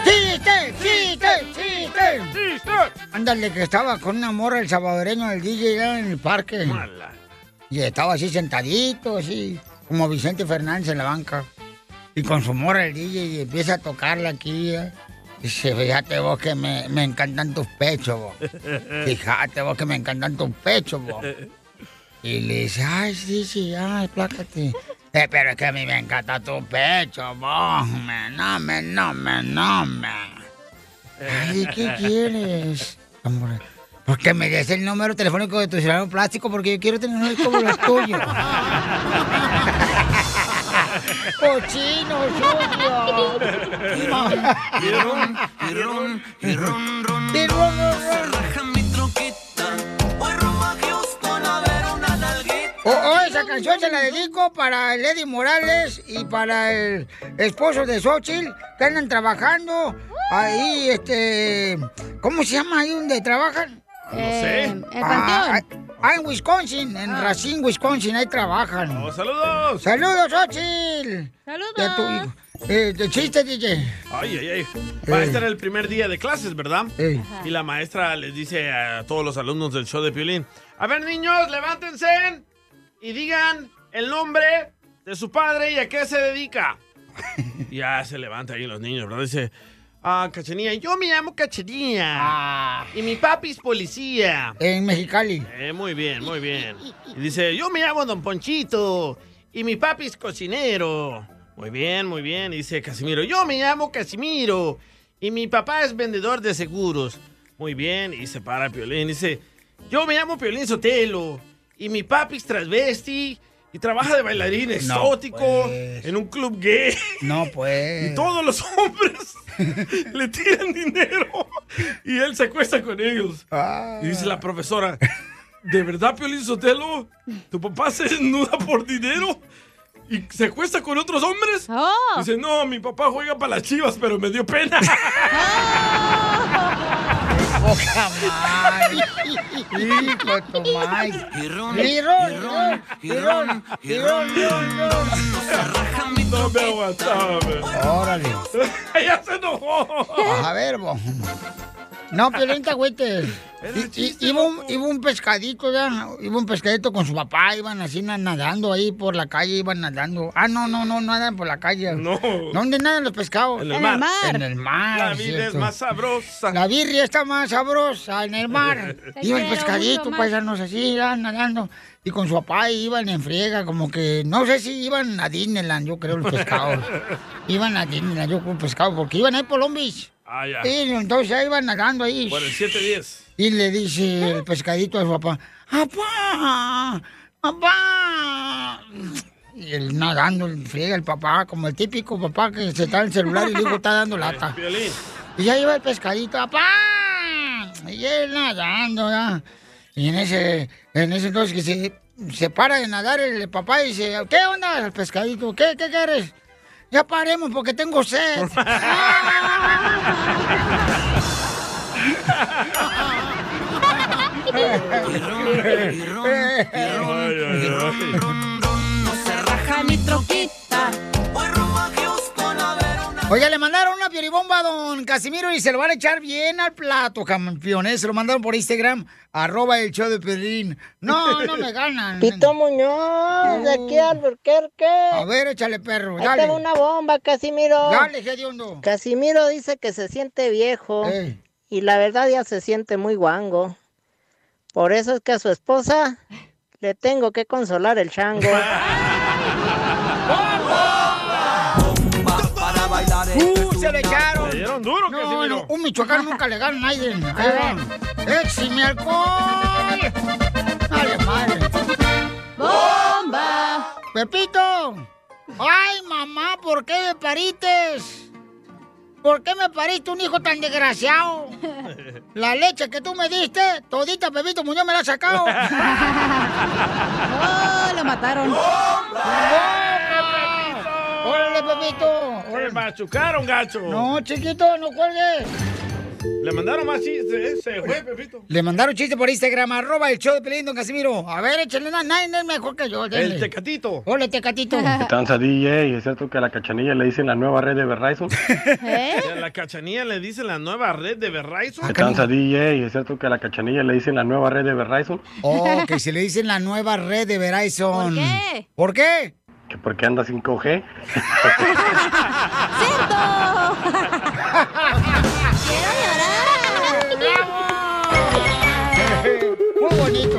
Speaker 2: ¡Chiste! ¡Chiste! ¡Chiste! ¡Chiste! Ándale, que estaba con una morra el salvadoreño del DJ allá en el parque. Y estaba así sentadito, así, como Vicente Fernández en la banca. Y con su morra el DJ y empieza a tocarla aquí. ¿eh? Dice, fíjate vos que me, me encantan tus pechos, vos. Fíjate vos que me encantan tus pechos, vos. Y le dice, ay, sí, sí, ay, plácate. Eh, pero es que a mí me encanta tu pecho, vos, me, no, me, no, me, no, me. Ay, ¿qué quieres? Amor, ¿por qué me des el número telefónico de tu celular plástico? Porque yo quiero tener uno como los tuyos. ¡Cochino,
Speaker 1: Pirón, pirón, pirón, ron, ron. Se raja mi troquita. Voy rumbo a Houston a ver una nalguita.
Speaker 2: O, o Oh, esa canción se la dedico para el Eddie Morales y para el esposo de Xochitl que andan trabajando ahí, este... ¿Cómo se llama ahí donde trabajan?
Speaker 6: No sé. Eh, el panteón.
Speaker 2: Ah, ah, en Wisconsin, en Racine, Wisconsin, ahí trabajan.
Speaker 4: Oh,
Speaker 2: ¡Saludos! ¡Saludos, Xochitl!
Speaker 6: ¡Saludos!
Speaker 2: Ya tu hijo. Eh, de chiste, DJ.
Speaker 4: Ay, ay, ay. Va a estar el primer día de clases, ¿verdad? Y la maestra les dice a todos los alumnos del show de Piolín, a ver niños, levántense y digan el nombre de su padre y a qué se dedica. Y ya se levanta ahí los niños, ¿verdad? Dice, ah, Cachenía, yo me llamo Cachenía. Y mi papi es policía.
Speaker 2: Ah. En Mexicali.
Speaker 4: Eh, muy bien, muy bien. Y dice, yo me llamo Don Ponchito y mi papi es cocinero. Muy bien, muy bien. Y dice Casimiro, yo me llamo Casimiro y mi papá es vendedor de seguros. Muy bien. Y se para Piolín. Dice, yo me llamo Piolín Sotelo y mi papi es transvesti y trabaja de bailarín
Speaker 2: No,
Speaker 4: exótico en un club gay.
Speaker 2: No, pues.
Speaker 4: Y todos los hombres le tiran dinero y él se acuesta con ellos. Y dice la profesora, ¿de verdad, Piolín Sotelo? ¿Tu papá se desnuda por dinero? ¿Y se acuesta con otros hombres? Dice, no, mi papá juega para las chivas, pero me dio pena. Oh,
Speaker 2: Hijo de tu maíz.
Speaker 1: Pirón,
Speaker 2: Pirón,
Speaker 1: pirón, pirón, pirón,
Speaker 4: No me aguantaba,
Speaker 2: Órale.
Speaker 4: ya se enojó.
Speaker 2: Oh, A ver, vos. No, Piolín, te agüites. I- i- Iba un, iba un pescadito, ya. Iba un pescadito con su papá. Iban así na- nadando ahí por la calle. Iban nadando. Ah, no, no, no, nadan por la calle. No. ¿Dónde nadan los pescados?
Speaker 4: En el En el mar. mar.
Speaker 2: En el mar.
Speaker 4: La vida es
Speaker 2: cierto.
Speaker 4: más sabrosa.
Speaker 2: La birria está más sabrosa en el mar. Iba el
Speaker 4: Te quiero mucho
Speaker 2: pescadito,
Speaker 4: más.
Speaker 2: paisanos así, ya, nadando. Y con su papá iban en friega, como que no sé si iban a Disneyland, yo creo, los pescados. iban a Disneyland, yo creo, pescados, porque iban ahí por Long Beach.
Speaker 4: Ah, ya.
Speaker 2: Y entonces ahí iban nadando ahí.
Speaker 4: Por el 7-10.
Speaker 2: Y le dice el pescadito a su papá, ¡Papá! ¡Papá! Y él nadando, el friega el papá, como el típico papá que se está en el celular y luego está dando lata.
Speaker 4: Piolín.
Speaker 2: Y ya iba el pescadito, ¡papá! Y él nadando, ¿ya? Y en ese, en ese entonces que se, se para de nadar el papá y dice, ¿qué onda el pescadito? ¿Qué, qué quieres? Ya paremos porque tengo sed.
Speaker 15: Raja mi troquita.
Speaker 2: Oiga, le mandaron una pioribomba a don Casimiro y se lo van a echar bien al plato, campeones. Se lo mandaron por Instagram, arroba el show de Piolín. No, no me ganan.
Speaker 18: Pito Muñoz, de aquí al Burquerque. A
Speaker 2: ver, échale perro,
Speaker 18: Ahí
Speaker 2: dale.
Speaker 18: tengo una bomba, Casimiro.
Speaker 2: Dale, hediondo.
Speaker 18: Casimiro dice que se siente viejo. Y la verdad ya se siente muy guango. Por eso es que a su esposa le tengo que consolar el chango.
Speaker 1: Bomba para bailar.
Speaker 2: Uh,
Speaker 1: este
Speaker 2: le echaron.
Speaker 4: Le dieron duro,
Speaker 2: no,
Speaker 4: Casimiro.
Speaker 2: no, un Michoacán nunca le gana a nadie. Ahí
Speaker 4: A
Speaker 2: va. ¡Éxime alcohol! ¡Dale, madre!
Speaker 6: ¡Bomba!
Speaker 2: ¡Pepito! ¡Ay, mamá! ¿Por qué me parites? ¿Por qué me pariste un hijo tan desgraciado? La leche que tú me diste, todita Pepito Muñoz me la ha sacado. ¡Oh, lo mataron! ¡Órale, Pepito!
Speaker 4: ¡Se machucaron, gacho!
Speaker 2: No, chiquito, no cuelgues.
Speaker 4: Le mandaron más chistes. eh, Se fue, Pepito.
Speaker 2: Le mandaron chiste por Instagram, arroba el show de Pelín, don Casimiro. A ver, échale una, nadie es mejor que yo. denle.
Speaker 4: El tecatito.
Speaker 2: Hola, tecatito.
Speaker 14: ¿Qué tranza DJ? ¿Es cierto que a la cachanilla le dicen la nueva red de Verizon?
Speaker 2: Ah,
Speaker 4: Y a la cachanilla le dice la nueva red de Verizon.
Speaker 14: ¿Qué tranza DJ? ¿Es cierto que a la cachanilla le dicen la nueva red de Verizon?
Speaker 2: Oh, que se le dicen la nueva red de Verizon. ¿Por qué? ¿Por qué?
Speaker 14: ¿Que por qué anda 5G?
Speaker 2: Muy bonito.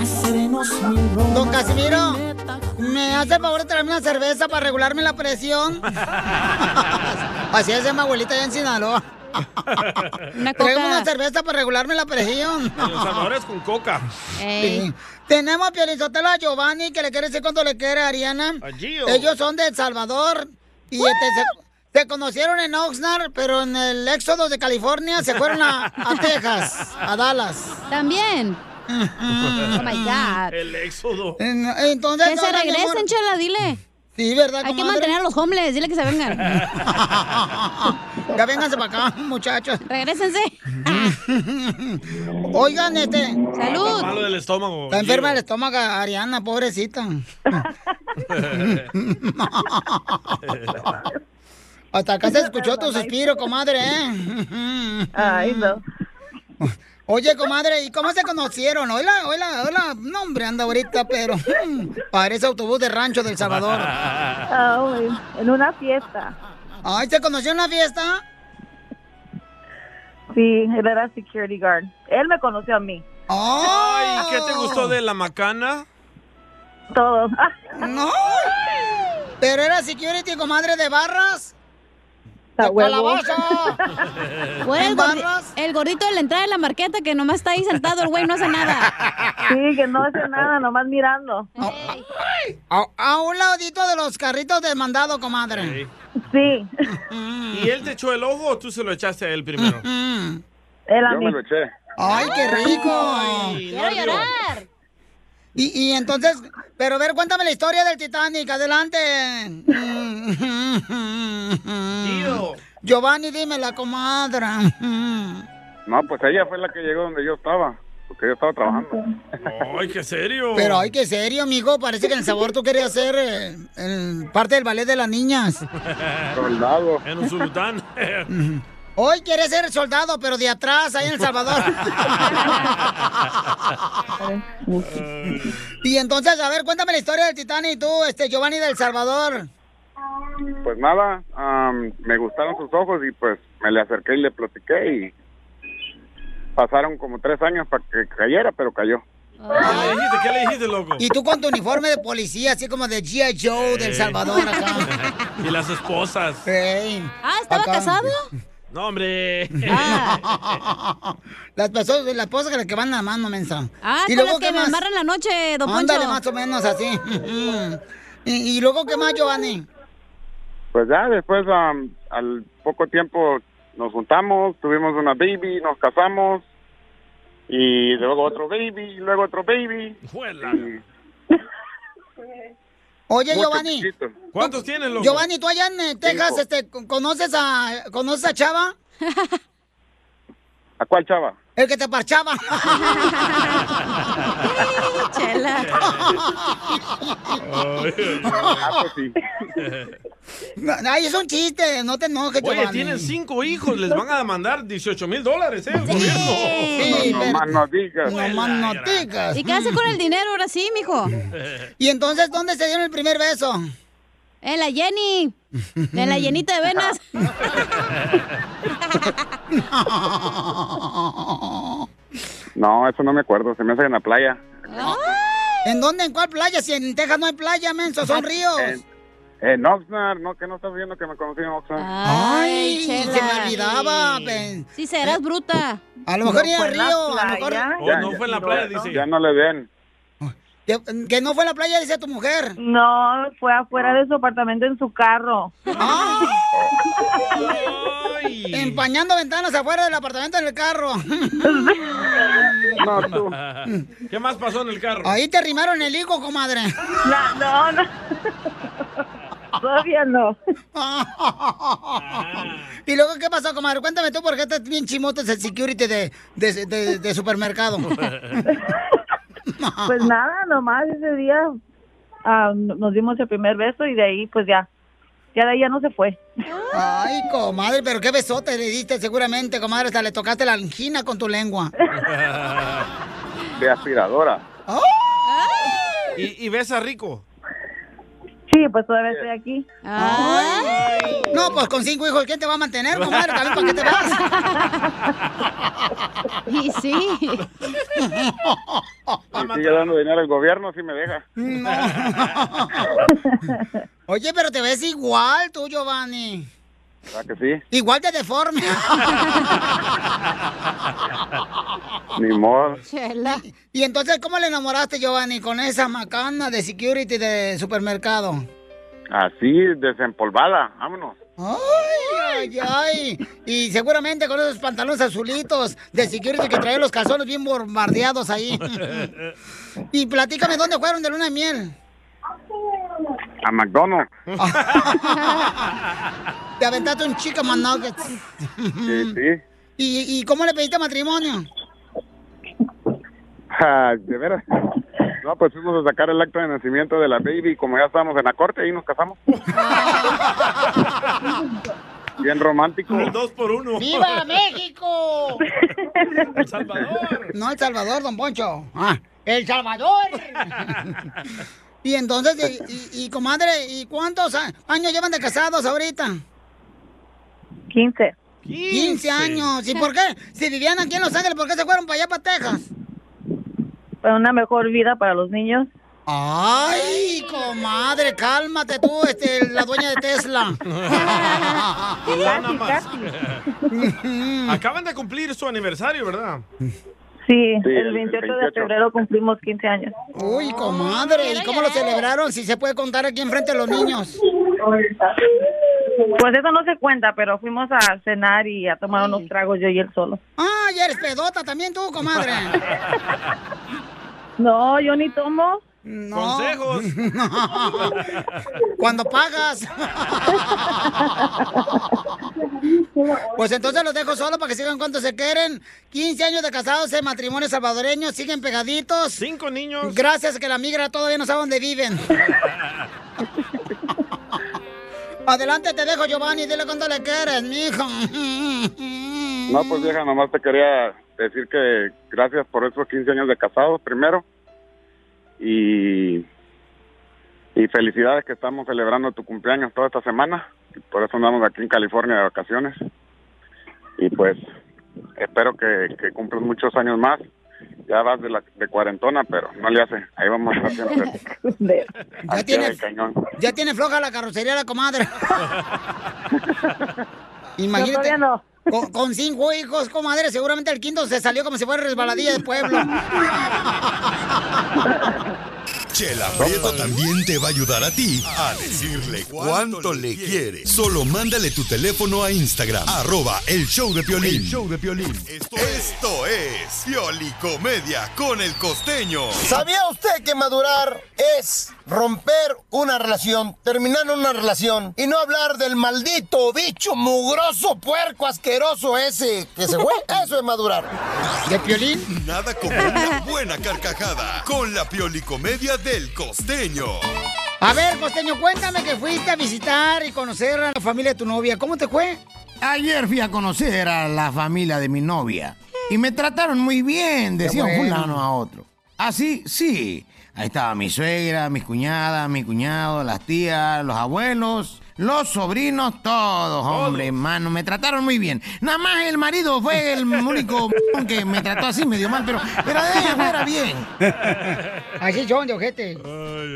Speaker 2: hacernos mil Don Casimiro, ¿me hace el favor de traerme una cerveza para regularme la presión? Así es, mi abuelita allá en Sinaloa.
Speaker 4: Una
Speaker 2: Tráeme una cerveza para regularme la presión.
Speaker 4: Los sabores con coca.
Speaker 2: Sí. Tenemos a Pielizotelo a Giovanni, que le quiere decir cuánto le quiere a Ariana.
Speaker 4: A Gio.
Speaker 2: Ellos son de El Salvador. Y este, se, se conocieron en Oxnard, pero en el éxodo de California se fueron a, a Texas, a Dallas. ¿También?
Speaker 6: Oh my God.
Speaker 4: El éxodo.
Speaker 2: Entonces,
Speaker 6: que se
Speaker 2: ahora, mi
Speaker 6: regresen,
Speaker 2: amor.
Speaker 6: chela, dile.
Speaker 2: Sí, ¿verdad?
Speaker 6: Hay que
Speaker 2: comadre?
Speaker 6: mantener a los homeless, dile que se vengan.
Speaker 2: ya vénganse para acá, muchachos. Regrésense. Oigan, este.
Speaker 4: Está malo del estómago.
Speaker 2: Está enferma el estómago, Ariana, pobrecita. Hasta acá se escuchó tu suspiro, comadre, ¿eh?
Speaker 19: Ay, no.
Speaker 2: Oye, comadre, ¿y cómo se conocieron? Hola, hola, hola. No, hombre, anda ahorita, pero mm, parece autobús de rancho del Salvador.
Speaker 19: en una fiesta.
Speaker 2: Ay, ¿se conoció en una fiesta?
Speaker 19: Sí, él era security guard. Él me conoció a mí.
Speaker 2: Oh.
Speaker 4: Ay, ¿qué te gustó de la macana?
Speaker 19: Todo.
Speaker 2: No. ¿Pero era security, comadre, de barras?
Speaker 19: ¡De
Speaker 6: huevo.
Speaker 2: calabaza!
Speaker 6: Güey, el, gordi- el gordito de la entrada de la marqueta que nomás está ahí sentado, el güey no hace nada.
Speaker 19: Sí, que no hace nada, nomás mirando.
Speaker 2: A, a un ladito de los carritos del mandado, comadre.
Speaker 19: Sí.
Speaker 4: ¿Y él te echó el ojo o tú se lo echaste a él primero?
Speaker 19: Él a
Speaker 20: Yo
Speaker 19: mí.
Speaker 20: me lo eché.
Speaker 2: Mm-hmm. ¡Ay, qué rico!
Speaker 4: Quiero llorar.
Speaker 2: Y, y entonces, pero a ver, cuéntame la historia del Titanic, adelante.
Speaker 20: Tío.
Speaker 2: Giovanni, dime la comadre.
Speaker 20: No, pues ella fue la que llegó donde yo estaba, porque yo estaba trabajando.
Speaker 4: Ay, qué serio.
Speaker 2: Pero ay, qué serio, mijo, parece que en el sabor tú querías ser eh, el- parte del ballet de las niñas.
Speaker 20: Soldado.
Speaker 4: En un sultán.
Speaker 2: Hoy quieres ser soldado, pero de atrás, ahí en El Salvador. y entonces, a ver, cuéntame la historia del Titanic, tú, este Giovanni del Salvador.
Speaker 20: Pues nada, am, me gustaron sus ojos y pues me le acerqué y le platiqué y pasaron como tres años para que cayera, pero cayó.
Speaker 4: ¿Qué le dijiste? ¿Qué le dijiste, loco?
Speaker 2: Y tú con tu uniforme de policía, así como de G.I. Joe del
Speaker 4: Eh.
Speaker 2: Salvador acá.
Speaker 4: Y las esposas.
Speaker 2: Ah,
Speaker 4: ¿estaba casado? No, hombre.
Speaker 2: Las personas, las esposas que las que van a la mano, mensa.
Speaker 6: Ah, con las que me amarran la noche, don Poncho.
Speaker 2: Ándale, más o menos así. y, y luego, ¿qué más, Giovanni?
Speaker 20: Pues ya después, am, al poco tiempo nos juntamos, tuvimos una baby, nos casamos y luego otro baby, y luego otro baby. Y-
Speaker 2: Oye,
Speaker 20: Mucho
Speaker 2: Giovanni.
Speaker 20: chiquito.
Speaker 4: ¿Cuántos tienes, loco?
Speaker 2: Giovanni, tú allá en eh, Texas,
Speaker 20: Cinco.
Speaker 2: este, ¿conoces a, conoces a Chava?
Speaker 20: ¿A cuál chava?
Speaker 2: el que te parchaba. No, ay, es un chiste, no te enojes,
Speaker 4: Oye,
Speaker 2: Giovanni.
Speaker 4: tienen cinco hijos, les van a demandar 18 mil dólares, ¿eh? El gobierno.
Speaker 2: Sí, No, no pero- más
Speaker 20: no digas.
Speaker 2: No más no digas.
Speaker 6: ¿Y qué hace con el dinero ahora sí, mijo?
Speaker 2: ¿Y entonces dónde se dieron el primer beso?
Speaker 6: En la Jenny. En la llenita de venas.
Speaker 20: No, eso no me acuerdo, se me hace en la playa.
Speaker 2: ¿En dónde? ¿En cuál playa? Si en Texas no hay playa, menso, son ríos.
Speaker 20: En, en Oxnard, no, que no estás viendo que me conocí en Oxnard.
Speaker 2: Ay,
Speaker 6: Chela.
Speaker 2: se me olvidaba. pen-
Speaker 6: Sí, serás bruta.
Speaker 2: A lo mejor
Speaker 6: No
Speaker 2: ni en
Speaker 6: fue
Speaker 2: el
Speaker 6: en la
Speaker 2: río, a lo mejor...
Speaker 6: playa.
Speaker 20: Oh, no fue en la playa, dice. Ya no le den.
Speaker 2: Que, que no fue a la playa, dice tu mujer.
Speaker 24: No, fue afuera de su apartamento en su carro.
Speaker 2: Ah. Empañando ventanas afuera del apartamento en el carro.
Speaker 4: No, tú. ¿Qué más pasó en el carro?
Speaker 2: Ahí te rimaron el higo, comadre.
Speaker 24: No, no, no. Todavía no.
Speaker 2: ¿Y luego qué pasó, comadre? Cuéntame tú por qué estás bien chimotes el security de, de, de- de supermercado.
Speaker 24: Pues nada, nomás ese día ah, nos dimos el primer beso y de ahí pues ya, ya de ahí ya no se fue.
Speaker 2: Ay, comadre, pero qué besote le diste seguramente, comadre. Hasta le tocaste la angina con tu lengua.
Speaker 20: De aspiradora.
Speaker 4: ¿Y, y besa rico?
Speaker 24: Sí, pues todavía estoy aquí.
Speaker 2: Ay. No, pues con cinco hijos, ¿quién te va a mantener, comadre? ¿También para qué te vas?
Speaker 6: Y sí.
Speaker 20: Y sigue dando dinero al gobierno, si me deja.
Speaker 2: Oye, pero te ves igual tú, Giovanni.
Speaker 20: ¿Verdad que sí?
Speaker 2: Igual de deforme.
Speaker 20: Ni modo.
Speaker 2: Chela. Y entonces, ¿cómo le enamoraste, Giovanni, con esa macana de security de supermercado?
Speaker 20: Así, desempolvada. Vámonos.
Speaker 2: Ay, ay, ay. Y seguramente con esos pantalones azulitos de security que traían los calzones bien bombardeados ahí. Y platícame, ¿dónde fueron de luna de miel?
Speaker 20: A McDonald's.
Speaker 2: Te aventaste un chica más nuggets.
Speaker 20: Sí, sí.
Speaker 2: ¿Y, ¿Y cómo le pediste matrimonio?
Speaker 20: Ah, de veras. No, pues fuimos a sacar el acta de nacimiento de la baby. y Como ya estábamos en la corte, ahí nos casamos. Bien romántico.
Speaker 4: Dos por uno.
Speaker 2: ¡Viva México! El Salvador. No, El Salvador, don Poncho. Ah, El Salvador. y entonces, y, y- y, comadre, ¿y cuántos a- años llevan de casados ahorita?
Speaker 24: 15.
Speaker 2: 15 años. ¿Y por qué? Si vivían aquí en Los Ángeles, ¿por qué se fueron para allá, para Texas?
Speaker 24: Para una mejor vida para los niños.
Speaker 2: Ah. Ay, comadre, cálmate tú, este, la dueña de Tesla.
Speaker 4: Ya nada más. Acaban de cumplir su aniversario, ¿verdad?
Speaker 24: Sí,
Speaker 4: Sí, el-
Speaker 24: el
Speaker 4: el
Speaker 24: 28, de
Speaker 4: 28.
Speaker 24: febrero cumplimos 15 años.
Speaker 2: Uy, comadre, ¿y cómo lo celebraron? Si se puede contar aquí enfrente de los niños.
Speaker 24: Pues eso no se cuenta, pero fuimos a cenar y a tomar unos tragos yo y él solo.
Speaker 2: Ah, ya eres pedota también tú, comadre.
Speaker 24: No, yo ni tomo.
Speaker 2: No. Consejos. Cuando pagas. Pues entonces los dejo solo para que sigan cuanto se quieren. 15 años de casados en matrimonio salvadoreño, siguen pegaditos.
Speaker 4: Cinco niños.
Speaker 2: Gracias que la migra todavía no sabe dónde viven. Adelante te dejo, Giovanni, dile cuánto le quieres, mijo.
Speaker 20: No, pues vieja, nomás te quería decir que gracias por esos 15 años de casados, primero. Y, y felicidades que estamos celebrando tu cumpleaños toda esta semana. Y Por eso andamos aquí en California de vacaciones. Y pues espero que, que cumplas muchos años más. Ya vas de, la, de cuarentona, pero no le hace. Ahí vamos a hacer
Speaker 2: Ya tienes-
Speaker 20: cañón.
Speaker 2: Ya tiene floja la carrocería la comadre. Imagínate.
Speaker 24: Yo todavía no.
Speaker 2: Con, con cinco hijos, comadre, seguramente el quinto se salió como si fuera resbaladilla de pueblo.
Speaker 5: Chela Prieto también te va a ayudar a ti a decirle cuánto le quiere. Solo mándale tu teléfono a Instagram, arroba el show de Piolín.
Speaker 3: El show
Speaker 5: de Esto, esto es Piolicomedia con el costeño.
Speaker 3: ¿Sabía usted que madurar es romper una relación, terminar una relación y no hablar del maldito bicho mugroso, puerco asqueroso ese que se fue? Eso es madurar.
Speaker 5: ¿De Piolín? Nada como una buena carcajada con la Piolicomedia del costeño.
Speaker 2: A ver, costeño, cuéntame que fuiste a visitar y conocer a la familia de tu novia. ¿Cómo te fue?
Speaker 7: Ayer fui a conocer a la familia de mi novia y me trataron muy bien, decía un
Speaker 2: bueno.
Speaker 7: fulano a otro. Así, sí. Ahí estaba mi suegra, mis cuñadas, mi cuñado, las tías, los abuelos, los sobrinos, todos, hombre, hermano, me trataron muy bien. Nada más el marido fue el único que me trató así medio mal, pero, pero de ahí en fuera bien.
Speaker 2: Así son de ojete.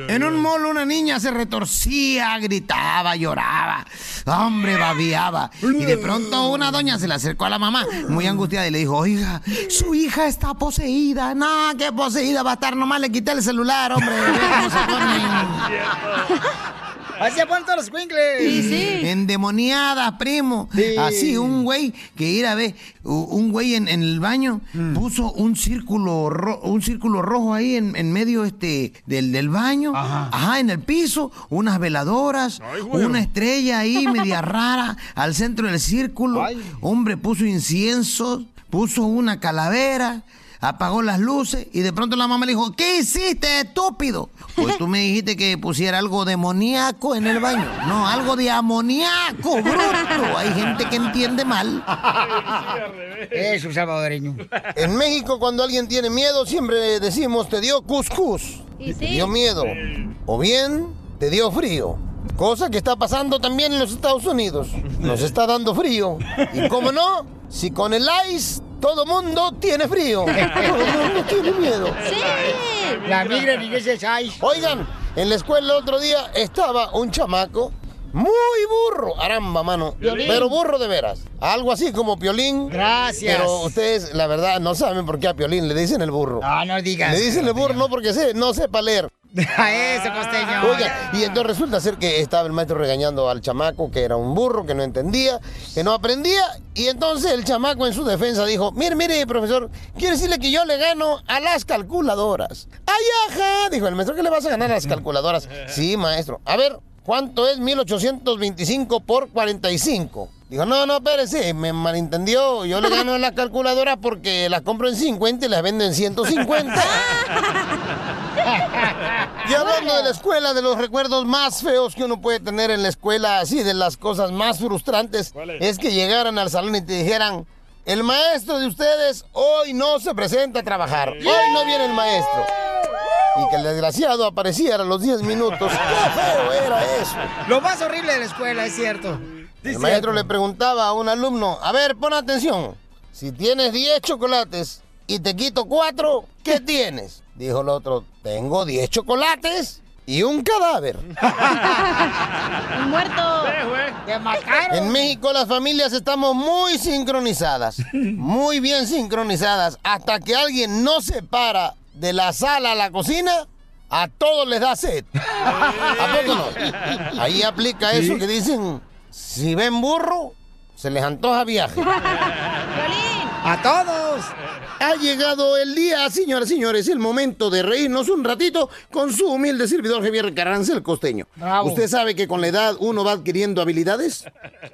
Speaker 7: En un mall una niña se retorcía, gritaba, lloraba. Hombre, babiaba. Y de pronto una doña se le acercó a la mamá, muy angustiada, y le dijo, oiga, su hija está poseída. No, que poseída va a estar. Nomás le quité el celular, hombre.
Speaker 2: Así se ponen todos los cuingles. Sí,
Speaker 7: Endemoniada, primo.
Speaker 2: Sí.
Speaker 7: Así, un güey que era, ve, u- un güey en, en el baño
Speaker 2: Mm.
Speaker 7: puso un círculo, ro- un círculo rojo ahí en, en medio este, del, del baño. Ajá. en el piso, unas veladoras,
Speaker 3: güey.
Speaker 7: una estrella ahí media rara al centro del círculo. Hombre, puso incienso, puso una calavera. Apagó las luces y de pronto la mamá le dijo, ¿qué hiciste, estúpido? Pues tú me dijiste que pusiera algo demoníaco en el baño. No, algo de amoníaco, bruto. Hay gente que entiende mal.
Speaker 2: Es un salvadoreño.
Speaker 3: En México, cuando alguien tiene miedo, siempre decimos, te dio cuscús. Y Te sí. dio miedo. O bien, te dio frío. Cosa que está pasando también en los Estados Unidos. Nos está dando frío. Y cómo no, si con el ice, todo mundo tiene frío. Todo mundo tiene miedo.
Speaker 2: Sí. La migra ni es ice.
Speaker 3: Oigan, en la escuela el otro día estaba un chamaco muy burro. Aramba, mano.
Speaker 2: Piolín.
Speaker 3: Pero burro de veras. Algo así como Piolín.
Speaker 2: Gracias.
Speaker 3: Pero ustedes, la verdad, no saben por qué a Piolín le dicen el burro.
Speaker 2: Ah, no digas.
Speaker 3: Le dicen el burro no porque sé, no sepa leer.
Speaker 2: A ese costeño.
Speaker 3: Oiga, y entonces resulta ser que estaba el maestro regañando al chamaco, que era un burro, que no entendía, que no aprendía. Y entonces el chamaco en su defensa dijo, mire, mire, profesor, quiere decirle que yo le gano a las calculadoras. ¡Ay, ajá! Dijo el maestro, ¿qué le vas a ganar a las calculadoras? Sí, maestro. A ver, ¿cuánto es 1825 por 45? Dijo, no, no, espérese, me malentendió. Yo le gano a las calculadoras porque las compro en 50 y las vendo en 150. Y hablando de la escuela, de los recuerdos más feos que uno puede tener en la escuela, así de las cosas más frustrantes,
Speaker 8: ¿Cuáles?
Speaker 3: es que llegaran al salón y te dijeran, el maestro de ustedes hoy no se presenta a trabajar, hoy no viene el maestro. Y que el desgraciado apareciera a los 10 minutos. ¡Qué feo era eso!
Speaker 2: Lo más horrible de la escuela, es cierto.
Speaker 3: El maestro le preguntaba a un alumno, a ver, pon atención, si tienes 10 chocolates y te quito 4, ¿qué tienes? Dijo el otro, tengo 10 chocolates y un cadáver.
Speaker 2: muerto. Te mataron.
Speaker 3: En México las familias estamos muy sincronizadas, muy bien sincronizadas. Hasta que alguien no se para de la sala a la cocina, a todos les da sed. ¿A poco no? Ahí aplica eso que dicen, si ven burro, se les antoja viaje.
Speaker 2: A todos.
Speaker 3: Ha llegado el día, señoras y señores, el momento de reírnos un ratito con su humilde servidor Javier Carranza, el costeño.
Speaker 2: Bravo.
Speaker 3: ¿Usted sabe que con la edad uno va adquiriendo habilidades?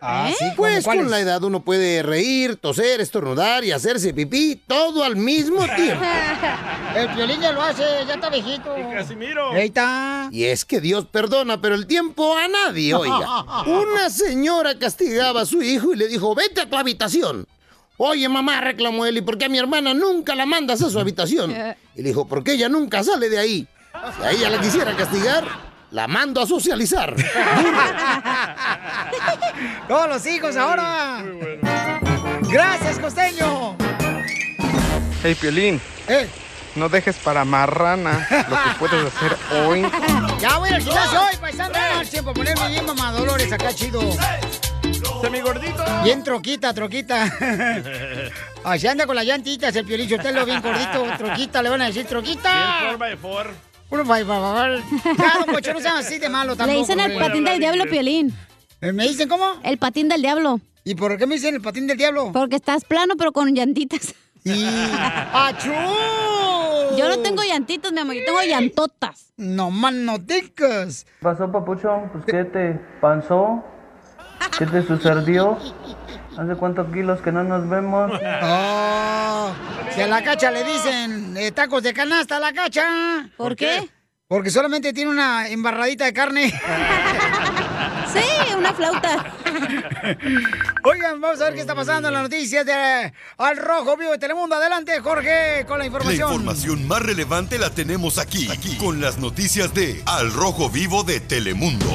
Speaker 2: Ah, sí, ¿cómo
Speaker 3: Pues
Speaker 2: cuáles?
Speaker 3: con la edad uno puede reír, toser, estornudar y hacerse pipí todo al mismo tiempo.
Speaker 2: El violín ya lo hace, ya está viejito.
Speaker 4: Casimiro.
Speaker 2: Ahí está.
Speaker 3: Y es que Dios perdona, pero el tiempo a nadie, oiga. Una señora castigaba a su hijo y le dijo, vete a tu habitación. Oye, mamá, reclamó él, ¿y por qué a mi hermana nunca la mandas a su habitación? Y le dijo, porque ella nunca sale de ahí. Si a ella la quisiera castigar, la mando a socializar.
Speaker 2: Todos los hijos ahora. Gracias, costeño.
Speaker 17: Hey, Piolín. No dejes para marrana lo que puedes hacer hoy.
Speaker 2: Ya voy al gimnasio hoy, paisano. No, Tiempo Ah, ponerme bien mamá Dolores acá chido.
Speaker 4: Semi gordito.
Speaker 2: Bien troquita, troquita. Así anda con las llantitas el piolillo. Usted lo bien gordito, troquita, le van a decir troquita.
Speaker 4: Bien, forma de for.
Speaker 2: Uno va, va, va, va. Claro, coche, no sean así de malo tampoco.
Speaker 6: Le dicen el
Speaker 2: hombre.
Speaker 6: patín del diablo, Piolín.
Speaker 2: Eh, ¿Me dicen cómo?
Speaker 6: El patín del diablo.
Speaker 2: ¿Y por qué me dicen el patín del diablo?
Speaker 6: Porque estás plano, pero con llantitas.
Speaker 2: ¡Achú!
Speaker 6: Yo no tengo llantitas, mi amor, yo tengo llantotas.
Speaker 2: No, man, no tengas.
Speaker 22: ¿Qué pasó, papucho? Pues, ¿qué te pasó? ¿Qué te sucedió? ¿Hace cuántos kilos que no nos vemos?
Speaker 2: Oh, si a la cacha le dicen eh, tacos de canasta a la cacha.
Speaker 6: ¿Por qué?
Speaker 2: Porque solamente tiene una embarradita de carne.
Speaker 6: sí, una flauta.
Speaker 2: Oigan, vamos a ver qué está pasando en las noticias de Al Rojo Vivo de Telemundo. Adelante, Jorge, con la
Speaker 5: La
Speaker 2: información.
Speaker 5: información más relevante la tenemos aquí, aquí, con las noticias de Al Rojo Vivo de Telemundo.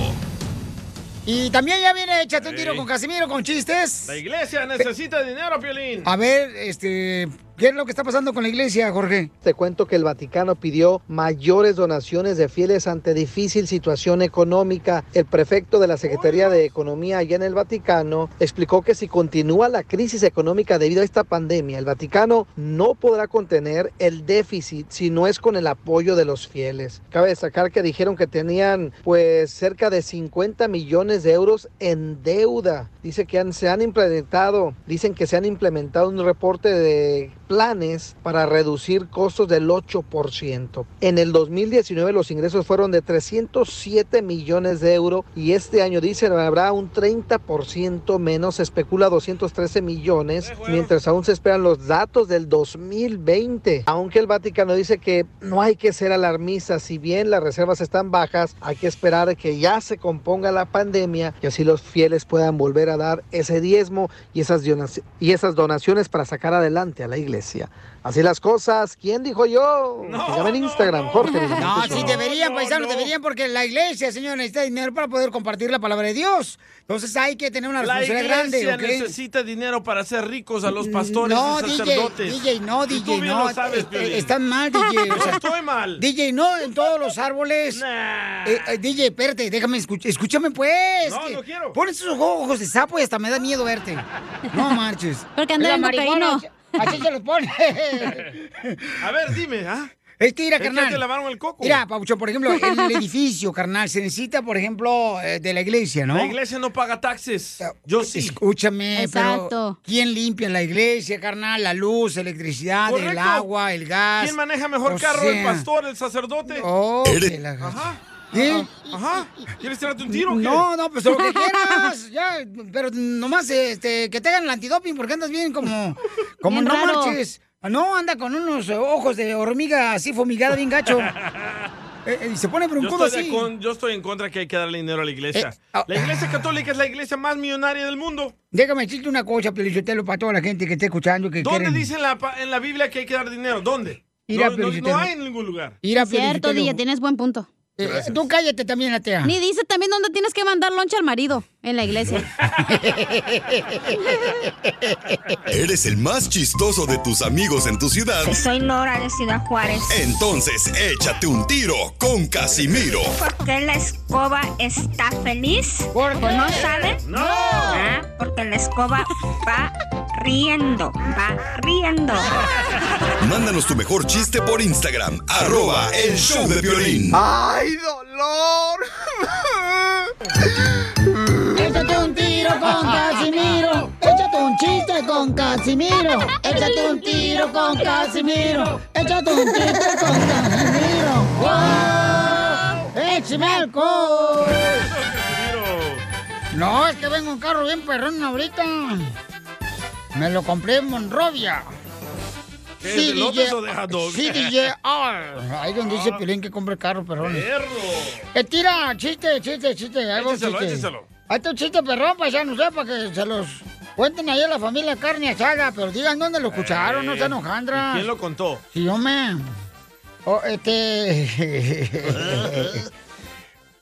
Speaker 2: Y también ya viene Échate un tiro con Casimiro con chistes. Ah,
Speaker 4: La iglesia necesita dinero, Piolín.
Speaker 2: A ver, este, ¿qué es lo que está pasando con la iglesia, Jorge?
Speaker 7: Te cuento que el Vaticano pidió mayores donaciones de fieles ante difícil situación económica. El prefecto de la Secretaría de Economía allá en el Vaticano explicó que si continúa la crisis económica debido a esta pandemia, el Vaticano no podrá contener el déficit si no es con el apoyo de los fieles. Cabe destacar que dijeron que tenían pues cerca de 50 millones de euros en deuda. Dice que han- se han implementado, dicen que se han implementado un reporte de planes para reducir costos del 8%. En el 2019 los ingresos fueron de 307 millones de euros y este año dicen habrá un 30% menos, se especula 213 millones, mientras aún se esperan los datos del 2020. Aunque el Vaticano dice que no hay que ser alarmistas, si bien las reservas están bajas, hay que esperar que ya se componga la pandemia y así los fieles puedan volver a dar ese diezmo y esas, donaci- y esas donaciones para sacar adelante a la iglesia. Así las cosas, ¿quién dijo yo? Sígame en Instagram, Jorge.
Speaker 2: No,
Speaker 7: 1918.
Speaker 2: sí deberían, paisanos, deberían, porque la iglesia, señor, necesita dinero para poder compartir la palabra de Dios. Entonces hay que tener una
Speaker 4: La iglesia
Speaker 2: responsabilidad grande, ¿ok?
Speaker 4: necesita dinero para hacer ricos a los pastores
Speaker 2: no,
Speaker 4: y
Speaker 2: DJ,
Speaker 4: sacerdotes.
Speaker 2: DJ, no,
Speaker 4: Y tú
Speaker 2: DJ,
Speaker 4: bien
Speaker 2: no.
Speaker 4: lo sabes,
Speaker 2: eh,
Speaker 4: Piolín.
Speaker 2: eh, están mal, DJ.
Speaker 4: No estoy mal.
Speaker 2: DJ, no, en todos los árboles. Eh, eh, DJ, espérate, déjame, escuch- escúchame pues.
Speaker 4: No,
Speaker 2: que
Speaker 4: no quiero.
Speaker 2: Pon esos ojos de sapo y hasta me da miedo verte. No marches.
Speaker 6: Porque anda
Speaker 2: La
Speaker 6: en
Speaker 2: marihuana,
Speaker 6: cocaína.
Speaker 2: Así se los pone.
Speaker 4: A ver, dime, ¿ah?
Speaker 2: Es que mira,
Speaker 4: Es que
Speaker 2: carnal.
Speaker 4: te lavaron el coco.
Speaker 2: Mira, Paucho, por ejemplo, en el edificio, carnal, se necesita, por ejemplo, eh, de la iglesia, ¿no?
Speaker 4: La iglesia no paga taxes. Yo sí.
Speaker 2: Escúchame,
Speaker 4: Exacto.
Speaker 2: pero ¿quién limpia la iglesia, carnal? La luz, electricidad, el
Speaker 4: Correcto.
Speaker 2: agua, el gas.
Speaker 4: ¿Quién maneja mejor
Speaker 2: O
Speaker 4: carro, el
Speaker 2: sea,
Speaker 4: pastor, el sacerdote?
Speaker 2: Oh, que la-
Speaker 4: Ajá.
Speaker 2: ¿Eh?
Speaker 4: Ajá. ¿Quieres tirarte un tiro? o qué?
Speaker 2: No, no, pues lo que quieras, ya, pero nomás este, que te hagan el antidoping porque andas bien como, como
Speaker 4: Bien
Speaker 2: no
Speaker 4: raro.
Speaker 2: marches. Ah, No, anda con unos ojos de hormiga así fumigada, bien gacho. Eh, eh, y se pone
Speaker 4: Yo
Speaker 2: broncudo
Speaker 4: estoy, de
Speaker 2: así.
Speaker 4: con- yo estoy en contra que hay que darle dinero a la iglesia.
Speaker 2: Eh, ah.
Speaker 4: la iglesia católica es la iglesia más millonaria del mundo.
Speaker 2: Déjame decirte una cosa, Pelichotelo, para toda la gente que esté escuchando que
Speaker 4: ¿Dónde
Speaker 2: quieren.
Speaker 4: dice en la, pa- en la Biblia que hay que dar dinero? ¿Dónde?
Speaker 2: Mira,
Speaker 4: no,
Speaker 2: pero
Speaker 4: no-
Speaker 2: si
Speaker 4: no
Speaker 2: te-
Speaker 4: hay en ningún lugar.
Speaker 2: Mira,
Speaker 6: Cierto,
Speaker 2: Piolichotelo.
Speaker 6: DJ, tienes buen punto.
Speaker 2: Eh, tú cállate también, atea.
Speaker 6: Ni dice también dónde tienes que mandar lonche al marido, en la iglesia.
Speaker 5: ¿Eres el más chistoso de tus amigos en tu ciudad?
Speaker 16: Soy Nora de Ciudad Juárez.
Speaker 5: Entonces échate un tiro con Casimiro.
Speaker 16: ¿Por qué la escoba está feliz? ¿O no sabe? No. porque la escoba va riendo, va riendo.
Speaker 5: Mándanos tu mejor chiste por Instagram, arroba el show de violín.
Speaker 7: ¡Ay,
Speaker 16: dolor!
Speaker 27: Échate un tiro con Casimiro. Échate un chiste con Casimiro. Échate un tiro con Casimiro. Échate un chiste con Casimiro. ¡Wow! ¡Échame alcohol!
Speaker 2: No, es que vengo un carro bien perrón ahorita. Me lo compré en Monrovia.
Speaker 4: ¿Qué, de López o de Hot Dog?
Speaker 2: CDJR. Ahí donde dice Pilín que compre carro perrón.
Speaker 4: Perro.
Speaker 2: Eh, tira, chiste, chiste, chiste. Ahí va un
Speaker 4: Échaselo,
Speaker 2: chiste.
Speaker 4: échaselo.
Speaker 2: Ahí está un chiste perrón, paisano, sé, para que se los cuenten ahí a la familia carne asada, pero digan dónde lo escucharon, no sean
Speaker 4: Eh, ¿Y
Speaker 2: hojandras.
Speaker 4: ¿Quién lo contó?
Speaker 2: Sí, hombre. O, este...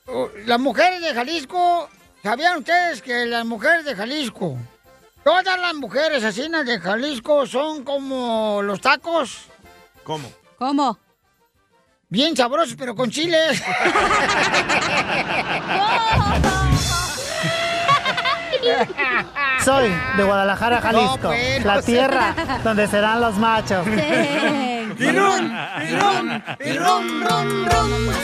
Speaker 2: o, las mujeres de Jalisco, ¿sabían ustedes que las mujeres de Jalisco, todas las mujeres asesinas de Jalisco son como los tacos?
Speaker 4: ¿Cómo?
Speaker 2: ¿Cómo? Bien sabrosos, pero con chiles.
Speaker 1: Soy de Guadalajara, Jalisco,
Speaker 2: No, pues.
Speaker 1: la tierra donde serán los machos.
Speaker 2: Sí.
Speaker 1: Y ron, y ron, y ron, ron, ron.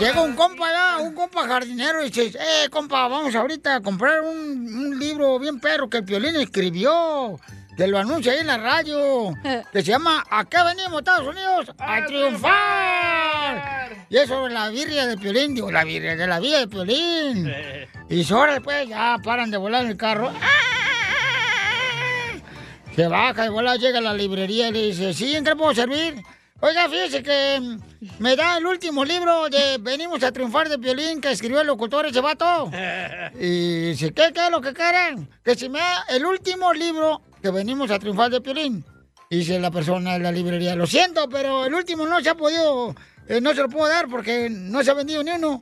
Speaker 2: Llega un compa allá, un compa jardinero, y dice, eh, compa, vamos ahorita a comprar un, un libro bien perro que el Piolín escribió, que lo anuncia ahí en la radio, que se llama Acá venimos, Estados Unidos, a triunfar. Y eso es la birria de Piolín, digo, la birria de la vida de Piolín. Y dice, ahora pues, ya paran de volar en el carro. Se baja y bola, llega a la librería y le dice, ¿sí? ¿En qué le puedo servir? Oiga, fíjese que mm, me da el último libro de Venimos a triunfar de violín que escribió el locutor ese vato. Y dice, ¿qué, qué es lo que quieren? Que si me da el último libro que Venimos a triunfar de violín. Dice la persona de la librería, lo siento, pero el último no se ha podido, eh, no se lo puedo dar porque no se ha vendido ni uno.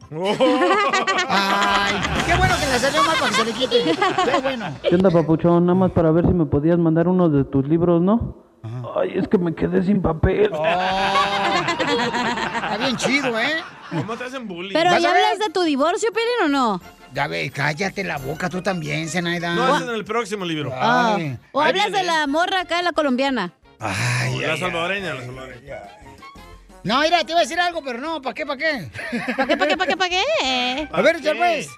Speaker 2: Ay, qué bueno que le salió mal para que se le quite. Qué bueno.
Speaker 8: ¿Qué onda, papuchón? Nada más para ver si me podías mandar uno de tus libros, ¿no? Ay, es que me quedé sin papel.
Speaker 2: Está bien chido, ¿eh?
Speaker 4: ¿Cómo te hacen bullying?
Speaker 6: Pero
Speaker 2: ¿Vas
Speaker 6: ya
Speaker 2: a ver?
Speaker 6: hablas de tu divorcio, Pelín, o no?
Speaker 2: Ya ve, cállate la boca tú también, Zenaida.
Speaker 4: No, es en el próximo libro.
Speaker 6: Ah, o
Speaker 4: Ahí
Speaker 6: hablas
Speaker 4: viene.
Speaker 6: de la morra acá de la colombiana.
Speaker 4: La salvadoreña, la salvadoreña.
Speaker 2: No, mira, te iba a decir algo, pero no, ¿para qué, para qué? ¿Para qué, para qué, para qué, para qué? A ver, ya
Speaker 1: ¿Para
Speaker 2: ves.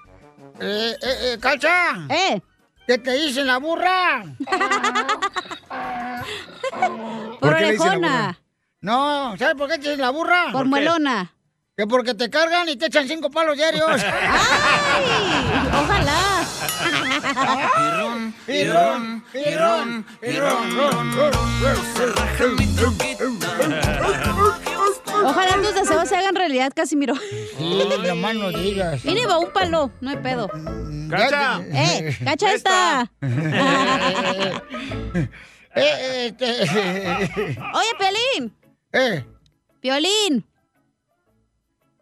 Speaker 2: Eh, eh, eh, cacha. ¿Eh? ¿Qué te dicen la burra?
Speaker 6: Por
Speaker 2: qué le dicen la
Speaker 6: orejona.
Speaker 2: burra? No, ¿sabes por qué te dicen la burra?
Speaker 6: Por ¿Por qué? muelona.
Speaker 2: Que porque te cargan y te echan cinco palos diarios. Ah.
Speaker 6: ¡Ay! Ojalá.
Speaker 1: Y ron, y ron, y ron, ron, ron,
Speaker 6: Ojalá tus deseos se hagan realidad, Casimiro.
Speaker 2: Sí, nomás no digas.
Speaker 6: Mínimo un palo, no hay pedo.
Speaker 2: ¡Cacha!
Speaker 6: ¡Eh! ¡Cacha esta!
Speaker 2: Eh, este...
Speaker 6: Oye, Piolín.
Speaker 2: Eh.
Speaker 6: Piolín.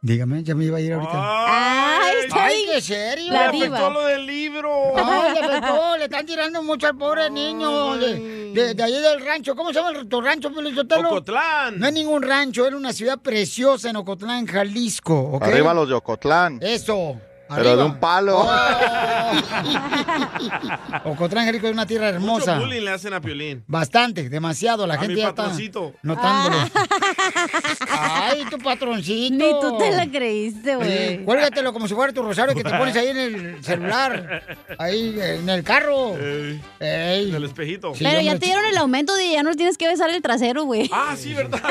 Speaker 2: Dígame, ya me iba a ir ahorita.
Speaker 6: Ay, está
Speaker 2: Ay,
Speaker 6: bien.
Speaker 2: qué serio.
Speaker 6: La Le diva. afectó lo
Speaker 2: del libro. Ay, le afectó, le están tirando mucho al pobre niño de, de, de ahí del rancho. ¿Cómo se llama el, tu rancho, Pelizotelo? Ocotlán. No es ningún rancho, era una ciudad preciosa en Ocotlán, Jalisco, ¿ok?
Speaker 11: Arriba los de Ocotlán.
Speaker 2: Eso. Oh.
Speaker 11: Pero de un palo.
Speaker 2: Ocotlán, Jalisco es una tierra hermosa.
Speaker 4: Mucho bullying le hacen a Piolín.
Speaker 2: Bastante, demasiado. La
Speaker 4: A
Speaker 2: gente
Speaker 4: mi
Speaker 2: ya está
Speaker 4: patroncito.
Speaker 2: notándolo. Ay, tu patroncito.
Speaker 6: Ah. Ni tú te la creíste, güey.
Speaker 2: Sí, cuélgatelo como si fuera tu rosario que te pones ahí en el celular. Ahí en el carro. En el
Speaker 4: espejito.
Speaker 6: Pero ya te dieron el aumento de ya no tienes que besar el trasero, güey.
Speaker 4: Ah, sí, ¿verdad?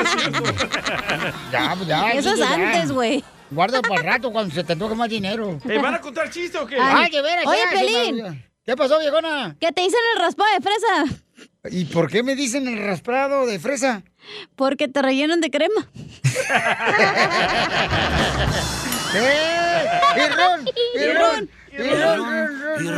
Speaker 2: Ya, pues, ya.
Speaker 6: Eso es
Speaker 2: chico, ya.
Speaker 6: antes, güey.
Speaker 2: Guarda para el rato cuando se te toque más dinero.
Speaker 4: Ey, ¿Van a contar chiste o qué?
Speaker 2: Ay, de veras.
Speaker 6: Oye,
Speaker 2: ya, se me
Speaker 6: Pelín.
Speaker 2: olvidó. ¿Qué pasó, viejona?
Speaker 6: ¿Qué te dicen el raspado de fresa?
Speaker 2: ¿Y por qué me dicen el rasprado de fresa?
Speaker 6: Porque te rellenan de crema.
Speaker 2: ¡Eh! ¡Y ron! ¡Y ron!
Speaker 1: Y ron, y ron, y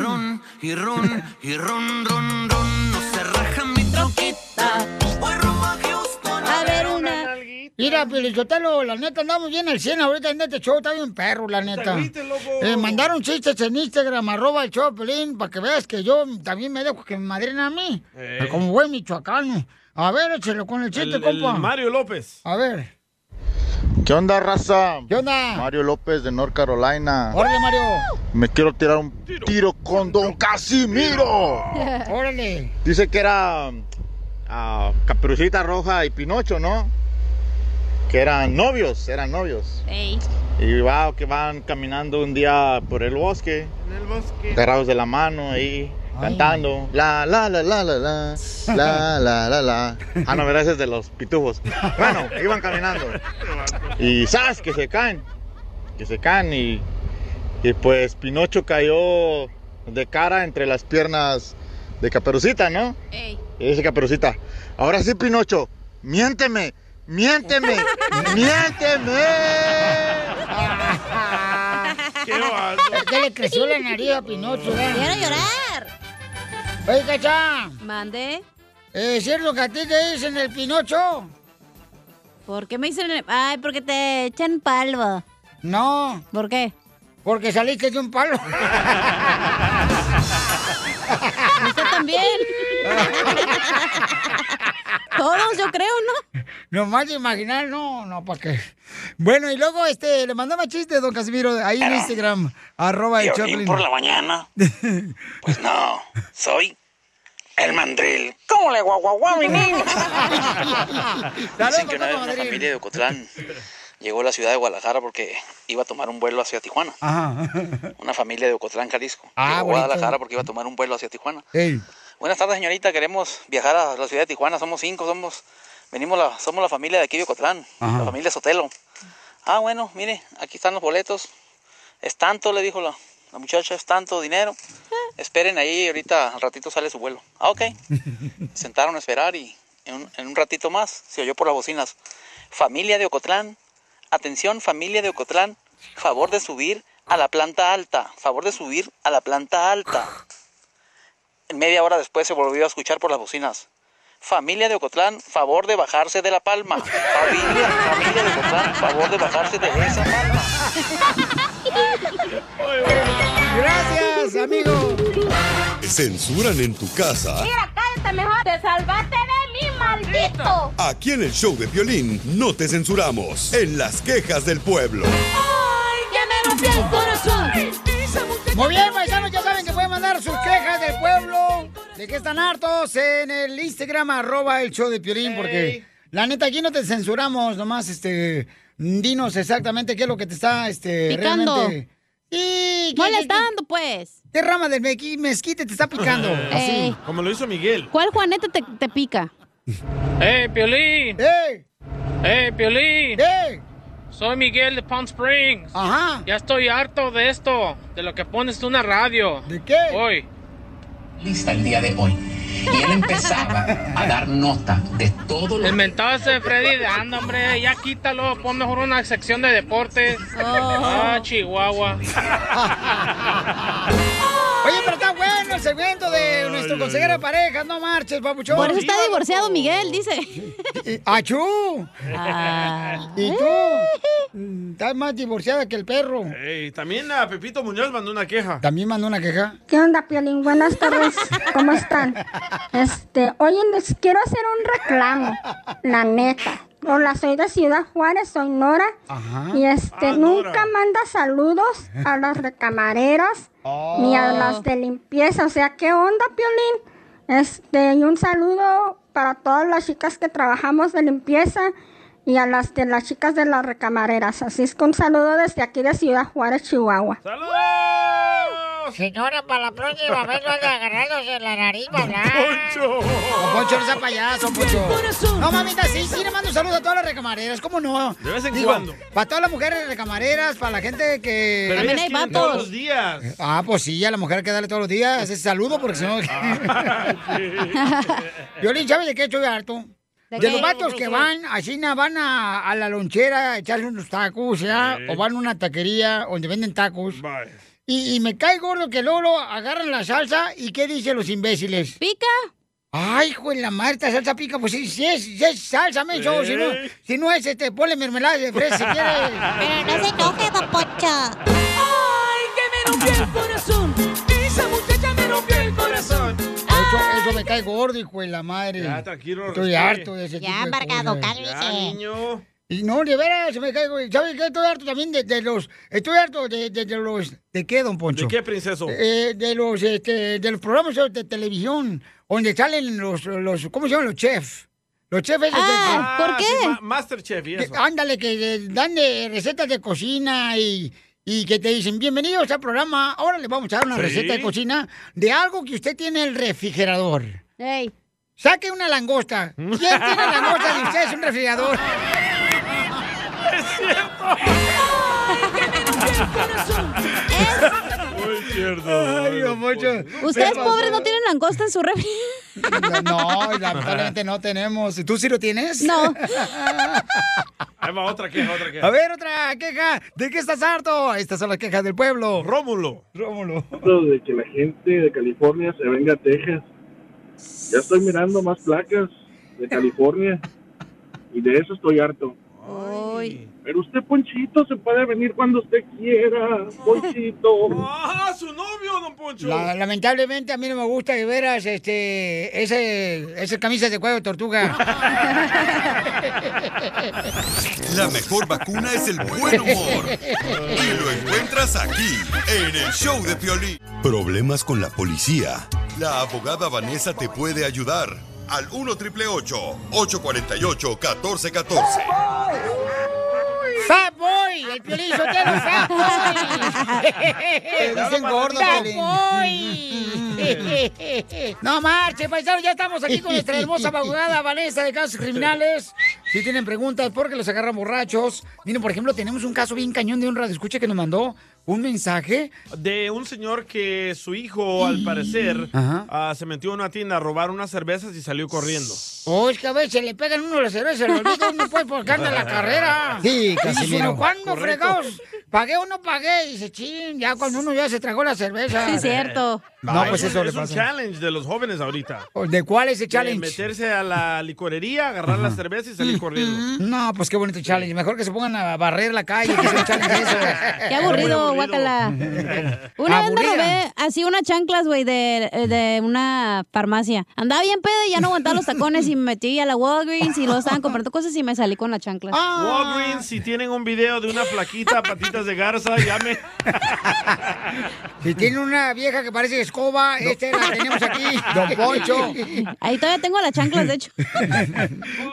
Speaker 1: ron, y ron, ron, ron. No se raja mi troquita. Voy rumbo a Houston a ver una.
Speaker 2: Mira, Pelichotelo, la neta, andamos bien al 100 ahorita en este show, está bien perro, la neta.
Speaker 1: agüites, loco.
Speaker 2: Eh, mandaron chistes en Instagram, arroba el show, Pelín, para que veas que yo también me dejo que me madrina a mí,
Speaker 4: Eh.
Speaker 2: como buen michoacano. A ver, échelo con el chiste,
Speaker 4: El- el
Speaker 2: compa.
Speaker 4: Mario López.
Speaker 2: A ver,
Speaker 11: ¿Qué onda, raza?
Speaker 2: ¿Qué onda?
Speaker 11: Mario López de North Carolina.
Speaker 2: órale, Mario.
Speaker 11: Me quiero tirar un tiro con Don Casimiro.
Speaker 2: órale.
Speaker 11: Dice que era ah, Caperucita Roja y Pinocho, ¿no? Que eran novios, eran novios.
Speaker 6: Ey.
Speaker 11: Y va, que van caminando un día por el bosque,
Speaker 1: En el bosque.
Speaker 11: agarrados de la mano ahí, cantando. La, la, la, la, la, la, la, la, la, la. Ah, no, verás, es de los pitujos. Bueno, iban caminando. Y ¡zas! que se caen. Que se caen y, y pues Pinocho cayó de cara entre las piernas de Caperucita, ¿no? Y dice Caperucita, ahora sí Pinocho, miénteme, miénteme, miénteme.
Speaker 2: ¿Por qué le creció la nariz a Pinocho?
Speaker 6: Quiero
Speaker 2: llorar. Oye, Cachá,
Speaker 6: Mandé.
Speaker 2: ¿es cierto que a ti te dicen el Pinocho?
Speaker 6: ¿Por qué me dicen el... Ay, porque te echan palvo.
Speaker 2: No.
Speaker 6: ¿Por qué?
Speaker 2: Porque saliste de un palo.
Speaker 6: Usted también. Todos, yo creo, ¿no?
Speaker 2: Nomás de imaginar, no, no, ¿para qué? Bueno, y luego este, le mandaba chiste, don Casimiro, ahí en Instagram, arroba el
Speaker 12: Piolín
Speaker 2: Choplin.
Speaker 12: por la mañana. Pues no, soy
Speaker 8: El mandril. ¿Cómo le guaguaguá, mi niño?
Speaker 2: Saludos,
Speaker 8: Dicen que una vez una familia de Ocotlán llegó a la ciudad de Guadalajara porque iba a tomar un vuelo hacia Tijuana.
Speaker 2: Ajá.
Speaker 8: Una familia de Ocotlán, Jalisco.
Speaker 2: Ah,
Speaker 8: llegó a
Speaker 2: bonito.
Speaker 8: Guadalajara porque iba a tomar un vuelo hacia Tijuana.
Speaker 2: Ey.
Speaker 8: Buenas tardes, señorita. Queremos viajar a la ciudad de Tijuana. Somos cinco, somos... Venimos la, somos la familia de aquí de Ocotlán,
Speaker 13: Ajá.
Speaker 8: la familia Sotelo. Ah, bueno, mire, aquí están los boletos. Es tanto, le dijo la, la muchacha, es tanto dinero. Esperen ahí, ahorita al ratito sale su vuelo. Ah, ok. Sentaron a esperar y en un, en un ratito más se oyó por las bocinas. Familia de Ocotlán, atención familia de Ocotlán, favor de subir a la planta alta, favor de subir a la planta alta. Media hora después se volvió a escuchar por las bocinas. Familia de Ocotlán, favor de bajarse de la palma. Familia, familia de Ocotlán, favor de bajarse de esa palma.
Speaker 2: Gracias, amigo.
Speaker 5: Censuran en tu casa.
Speaker 16: cállate mejor. Te salvaste de mí, maldito.
Speaker 5: Aquí en el show de violín no te censuramos. En las quejas del pueblo.
Speaker 2: ¡Ay, que me rompió el corazón! Muy bien, paisanos, ya saben que pueden mandar sus quejas del pueblo. ¿De qué están hartos? En el Instagram, arroba el show de Piolín, porque la neta, aquí no te censuramos, nomás, este, dinos exactamente qué es lo que te está, este,
Speaker 6: Picando.
Speaker 2: realmente... Y,
Speaker 6: Molestando, pues.
Speaker 2: ¿Qué rama del mequi- mezquite te está picando?
Speaker 6: Ey.
Speaker 2: Así.
Speaker 4: Como lo hizo Miguel.
Speaker 6: ¿Cuál Juanete te, te pica?
Speaker 13: ¡Eh, Piolín!
Speaker 2: ¡Eh!
Speaker 13: ¡Eh, Piolín!
Speaker 2: ¡Eh!
Speaker 13: Soy Miguel de Palm Springs.
Speaker 2: Ajá.
Speaker 13: Ya estoy harto de esto, de lo que pones tú en la radio.
Speaker 2: ¿De qué?
Speaker 13: Hoy.
Speaker 28: Lista el día de hoy. Y él empezaba a dar nota de todo lo
Speaker 13: El mentazo de Freddy de anda, hombre, ya quítalo, pon mejor una sección de deportes.
Speaker 4: Oh.
Speaker 13: Ah, Chihuahua.
Speaker 2: Oye, pero está bueno el segmento de nuestro consejero de parejas, no marches, papuchón.
Speaker 6: Por eso está divorciado Miguel, dice.
Speaker 2: ¡Achú!
Speaker 6: Ah.
Speaker 2: ¿Y tú? Mm, Estás más divorciada que el perro.
Speaker 4: Ey, también a Pepito Muñoz mandó una queja.
Speaker 2: También mandó una queja.
Speaker 16: ¿Qué onda, Piolín? Buenas tardes, ¿cómo están? Este, oye, les quiero hacer un reclamo, la neta. Hola, soy de Ciudad Juárez, soy Nora.
Speaker 2: Ajá.
Speaker 16: Y este, nunca manda saludos a las recamareras ni a las de limpieza. O sea, ¿qué onda, Piolín? Este, y un saludo para todas las chicas que trabajamos de limpieza y a las de las chicas de las recamareras. Así es que un saludo desde aquí de Ciudad Juárez, Chihuahua.
Speaker 1: Señora, para la próxima vez no ande agarrándose la nariz para hablar.
Speaker 2: Don Poncho, no sea payaso, Poncho. No, mamita, sí, sí, le mando un saludo a todas las recamareras, ¿cómo no?
Speaker 4: De vez en
Speaker 2: Digo,
Speaker 4: cuando.
Speaker 2: Para todas las mujeres recamareras, para la gente que...
Speaker 4: Pero ellas quieren todos los días.
Speaker 2: Ah, pues sí, a la mujer hay que darle todos los días ese saludo porque si no... Violín, ¿sabes de qué estoy harto?
Speaker 1: ¿De
Speaker 2: De,
Speaker 1: qué?
Speaker 2: los vatos que van, así na, van a, a la lonchera a echarse unos tacos, ¿ya? O van a una taquería donde venden tacos. Y, y me cae gordo que luego luego agarran la salsa y ¿qué dicen los imbéciles?
Speaker 6: ¿Pica?
Speaker 2: Ay, hijo de la madre, esta salsa pica. Pues sí, sí es, sí es salsa, me yo. Si no,
Speaker 1: Ey.
Speaker 2: si no es, este, ponle mermelada de fresa si quieres.
Speaker 1: Pero no se enoje, don Poncho.
Speaker 2: ¡Ay, que me rompió el corazón! ¡Esa muchacha me rompió el corazón! Eso, eso me cae gordo, hijo de la madre.
Speaker 4: Ya, tranquilo,
Speaker 2: Estoy
Speaker 4: respire.
Speaker 2: harto de ese
Speaker 4: Ya,
Speaker 2: tipo de
Speaker 4: embargado,
Speaker 2: cosas.
Speaker 4: cálmese. Ya, niño.
Speaker 2: Y no, de veras, me caigo. ¿Sabes qué? Estoy harto también de, de los... Estoy harto de, de- de los... ¿De qué, don Poncho?
Speaker 4: ¿De qué, princeso?
Speaker 2: Eh, de los este, de los programas de televisión donde salen los, los ¿cómo se llaman? Los chefs. Los chefs esos
Speaker 4: Ah,
Speaker 2: de-
Speaker 4: ¿por qué? sí, ma- Masterchef y
Speaker 2: Que-
Speaker 4: eso.
Speaker 2: ándale, que eh, dan de recetas de cocina y, y que te dicen, bienvenidos al programa, ahora les vamos a dar una
Speaker 1: Sí.
Speaker 2: receta de cocina de algo que usted tiene en el refrigerador. Saque una langosta. ¿Quién tiene langosta de ustedes en un refrigerador?
Speaker 1: ¡Es cierto!
Speaker 4: Muy cierto.
Speaker 2: Ay, don Poncho.
Speaker 6: Ustedes
Speaker 2: Pero-
Speaker 6: pobres no tienen langosta en su refri.
Speaker 2: No, lamentablemente no tenemos. ¿Tú sí lo tienes?
Speaker 6: No.
Speaker 4: Ahí va otra queja, otra queja.
Speaker 2: A ver, otra queja. ¿De qué estás harto? Estas son las quejas del pueblo.
Speaker 4: Rómulo.
Speaker 2: Rómulo.
Speaker 15: Esto de que la gente de California se venga a Texas. Ya estoy mirando más placas de California y de eso estoy harto. Pero usted, Ponchito, se puede venir cuando usted quiera, Ponchito.
Speaker 4: ¡Ah, su novio, don Poncho!
Speaker 2: La- lamentablemente a mí no me gusta de veras este, ese, esas camisas de cuello de tortuga.
Speaker 5: La mejor vacuna es el buen humor. Y lo encuentras aquí, en el show de violín.
Speaker 15: Problemas con la policía.
Speaker 5: La abogada Vanessa te puede ayudar al 1 848 1414.
Speaker 2: ¡Fat Boy! ¡El Piolín Sotelo es Fat Boy!
Speaker 1: Te dicen gordo,
Speaker 2: Fat
Speaker 1: Piolín.
Speaker 2: Boy. No marche, paisano, ya estamos aquí con nuestra hermosa abogada Vanessa de casos criminales. Si tienen preguntas, porque los agarran borrachos. Miren, por ejemplo, tenemos un caso bien cañón de un radioescucha que nos mandó un mensaje.
Speaker 4: De un señor que su hijo, al parecer, ah, se metió a una tienda a robar unas cervezas y salió corriendo.
Speaker 2: Oh, es que a veces le pegan uno los cervezas, se lo olvida uno pues porque anda en la carrera.
Speaker 4: Sí,
Speaker 2: Dice
Speaker 4: Casimiro.
Speaker 2: uno, ¿Cuándo
Speaker 4: Correcto.
Speaker 2: fregados? ¿Pagué o no pagué? Dice, ching, ya cuando uno ya se tragó la cerveza. No, pues
Speaker 4: es
Speaker 2: eso
Speaker 4: un,
Speaker 2: le
Speaker 4: es un
Speaker 2: pasa.
Speaker 4: challenge de los jóvenes ahorita.
Speaker 2: ¿De cuál es el
Speaker 4: De
Speaker 2: challenge?
Speaker 4: meterse a la licorería, agarrar la cerveza y salir corriendo.
Speaker 2: No, pues qué bonito challenge. Mejor que se pongan a barrer la calle. Que sea un challenge eso.
Speaker 6: Qué aburrido, guácala. Una vez me
Speaker 2: Aburrida.
Speaker 6: robé así unas chanclas, güey, de, eh, de una farmacia. Andaba bien pedo y ya no aguantaba los tacones y me metí a la Walgreens y luego estaban comprando cosas y me salí con las chanclas.
Speaker 2: Ah.
Speaker 4: Walgreens, si tienen un video de una flaquita, patitas de garza, llame.
Speaker 2: Si tiene una vieja que parece escoba, este la tenemos aquí. Don Poncho.
Speaker 6: Ahí todavía tengo las chanclas, de hecho.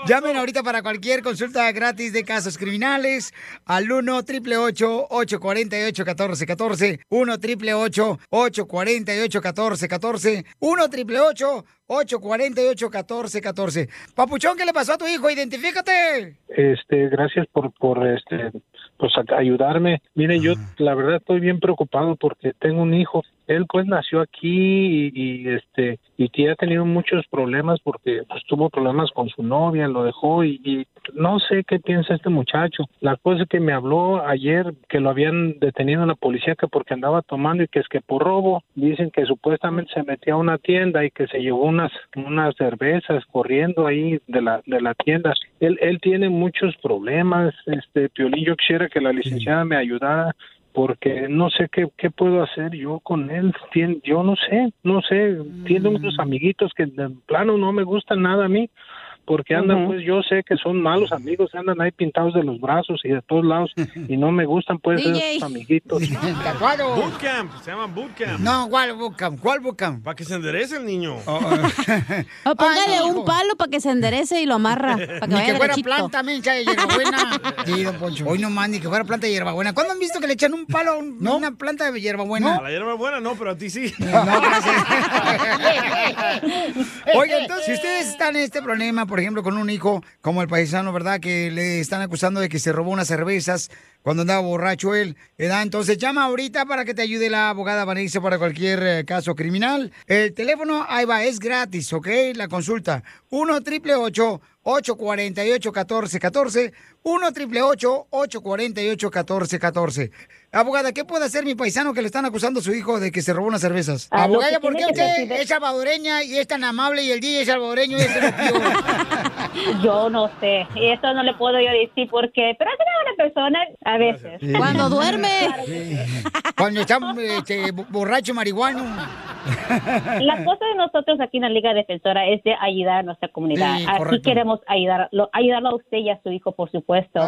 Speaker 2: Llamen ahorita para cualquier consulta gratis de casos criminales al 1 888 848 1414 1 888 848 1414 1 888 848 1414 Papuchón, ¿qué le pasó a tu hijo? Identifícate.
Speaker 14: Este, gracias por, por este, pues a- ayudarme. Mire, yo la verdad estoy bien preocupado porque tengo un hijo. Él pues nació aquí y, y, este y que ha tenido muchos problemas porque pues tuvo problemas con su novia, lo dejó y, y no sé qué piensa este muchacho. La cosa es que me habló ayer que lo habían detenido en la policía que porque andaba tomando y que es que por robo dicen que supuestamente se metía a una tienda y que se llevó unas unas cervezas corriendo ahí de la de la tienda. Él él tiene muchos problemas, este Piolín, yo quisiera que la licenciada me ayudara porque no sé qué, qué puedo hacer yo con él. Tien- yo no sé, no sé. Tiene unos amiguitos que de plano no me gustan nada a mí, porque andan,
Speaker 29: Ujú.
Speaker 14: pues yo sé que son malos amigos, andan ahí pintados de los brazos y de todos lados, y no me gustan, pues,
Speaker 4: DJ.
Speaker 14: esos amiguitos.
Speaker 2: Tatuado.
Speaker 4: Bootcamp, se llaman bootcamp.
Speaker 2: No, ¿cuál bootcamp? ¿Cuál bootcamp? Oh,
Speaker 4: Para que se enderece el niño.
Speaker 6: O póngale
Speaker 4: no,
Speaker 6: un palo para que se enderece y lo amarra. Para que
Speaker 2: Ni
Speaker 6: vaya
Speaker 2: que fuera
Speaker 6: derechito.
Speaker 2: planta, mencha de hierbabuena. Sí, don Poncho. Hoy no más, ni que fuera planta de hierbabuena. ¿Cuándo han visto que le echan un palo a un- una planta de hierbabuena?
Speaker 4: A la hierba buena no, pero a ti sí.
Speaker 2: Oiga, entonces, si ustedes están en este problema, por ejemplo, con un hijo como el paisano, ¿verdad? Que le están acusando de que se robó unas cervezas cuando andaba borracho él, ¿verdad? Entonces, llama ahorita para que te ayude la abogada Vanessa para cualquier eh, caso criminal. El teléfono, ahí va, es gratis, ¿ok? La consulta. 1 888 848 1414 1 888 848 1414 Abogada, ¿qué puede hacer mi paisano que le están acusando a su hijo de que se robó unas cervezas?
Speaker 1: Ah, lo
Speaker 2: Abogada,
Speaker 1: que
Speaker 2: ¿por qué
Speaker 1: tiene que
Speaker 2: usted
Speaker 1: decir es-
Speaker 2: es salvadoreña y es tan amable y el DJ es salvadoreño y es
Speaker 30: Yo no sé, y eso no le puedo yo decir por qué, pero es una buena persona a veces.
Speaker 2: Cuando duerme. Cuando está este, bo- borracho marihuano.
Speaker 30: La cosa de nosotros aquí en la Liga Defensora es de ayudar a nuestra comunidad.
Speaker 2: Sí,
Speaker 30: aquí
Speaker 2: correcto.
Speaker 30: queremos ayudarlo, ayudarlo a usted y a su hijo, por supuesto.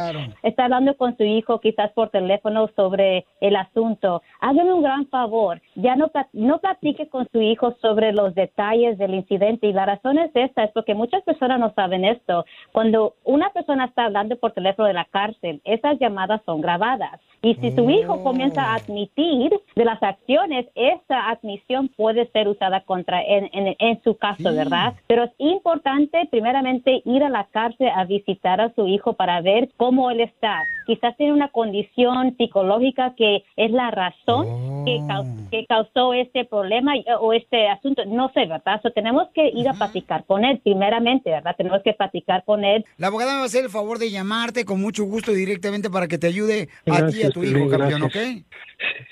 Speaker 30: Está hablando con su hijo quizás por teléfono sobre el asunto. Hágame un gran favor. Ya no, pla- no platique con su hijo sobre los detalles del incidente. Y la razón es esta, es porque muchas personas no saben esto. Cuando una persona está hablando por teléfono de la cárcel, esas llamadas son grabadas. Y si su
Speaker 2: Oh.
Speaker 30: hijo comienza a admitir de las acciones, esa admisión puede ser usada contra en, en- en su caso,
Speaker 31: Sí.
Speaker 30: ¿verdad? Pero es importante, primeramente, ir a la cárcel a visitar a su hijo para ver cómo él está. Quizás tiene una condición psicológica que es la razón
Speaker 2: Oh.
Speaker 30: que, cau- que causó este problema y- o este asunto. No sé, ¿verdad? So, tenemos que ir a platicar con él, primeramente, ¿verdad? Tenemos que platicar con él.
Speaker 2: La abogada me va a hacer el favor de llamarte con mucho gusto directamente para que te ayude a ti y a
Speaker 14: Gracias,
Speaker 2: tu hijo,
Speaker 14: Piolín,
Speaker 2: campeón, ¿ok?
Speaker 14: gracias.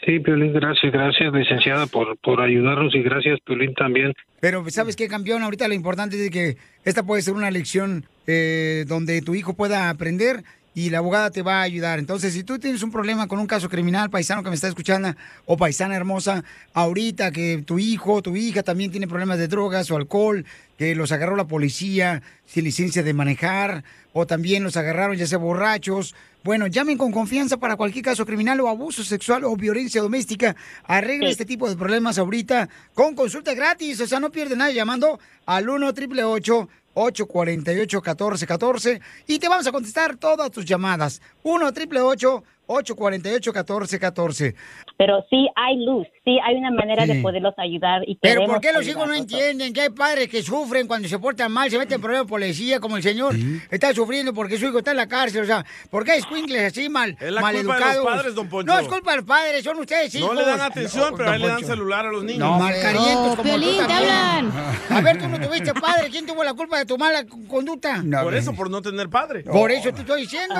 Speaker 14: Sí, Piolín, gracias, gracias, licenciada, por, por ayudarnos y gracias, Piolín, también.
Speaker 2: Pero ¿sabes qué, campeón? Ahorita lo importante es de que esta puede ser una lección eh, donde tu hijo pueda aprender y la abogada te va a ayudar. Entonces, si tú tienes un problema con un caso criminal, paisano que me está escuchando, o paisana hermosa, ahorita que tu hijo, tu hija también tiene problemas de drogas o alcohol, que los agarró la policía sin licencia de manejar, o también los agarraron ya sea borrachos. Bueno, llamen con confianza para cualquier caso criminal o abuso sexual o violencia doméstica. Arregla
Speaker 32: Sí.
Speaker 2: este tipo de problemas ahorita con consulta gratis. O sea, no pierde nada llamando al 1 888 848 1414 y te vamos a contestar todas tus llamadas. 1 888 848 1414
Speaker 30: Pero sí hay luz, sí hay una manera
Speaker 2: Sí.
Speaker 30: de poderlos ayudar. Y
Speaker 2: Pero
Speaker 30: queremos
Speaker 2: ¿por qué los hijos no
Speaker 30: ayudarlos.
Speaker 2: entienden que hay padres que sufren cuando se portan mal, se meten en problemas de policía, como el señor está sufriendo porque su hijo está en la cárcel? O sea, ¿por qué hay escuincles así mal,
Speaker 4: Es la culpa de los
Speaker 2: maleducados?
Speaker 4: padres, don Poncho.
Speaker 2: No es culpa de los padres, son ustedes hijos.
Speaker 4: No le dan atención, pero ahí le dan celular a los niños.
Speaker 2: No, malcarientos como
Speaker 4: Piolín,
Speaker 2: tú
Speaker 4: te
Speaker 2: también.
Speaker 4: hablan.
Speaker 2: A ver, tú no tuviste padre, ¿quién tuvo la culpa de tu mala conducta?
Speaker 4: por eso, por no tener padre.
Speaker 2: Por eso te estoy diciendo.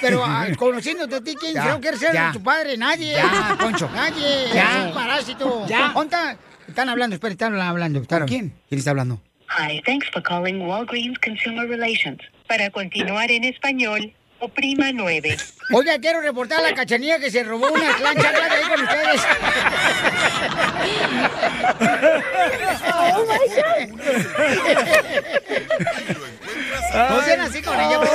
Speaker 2: Pero ah, conociéndote a ti, ¿quién
Speaker 4: Ya,
Speaker 2: creo que ser
Speaker 4: ya.
Speaker 2: tu padre? Nadie.
Speaker 4: Ya,
Speaker 2: Poncho. Nadie.
Speaker 4: Ya.
Speaker 2: Es un parásito.
Speaker 1: Ya.
Speaker 2: ¿Onta? Están hablando, espera, están hablando. ¿Quién? ¿Quién está hablando?
Speaker 1: Hi, thanks for calling Walgreens Consumer Relations. Para continuar en español, oprima 9.
Speaker 2: Oiga, quiero reportar a la cachanilla que se robó una plancha blanca ahí con ustedes.
Speaker 1: Oh,
Speaker 2: my God. No sean así con ella, pues.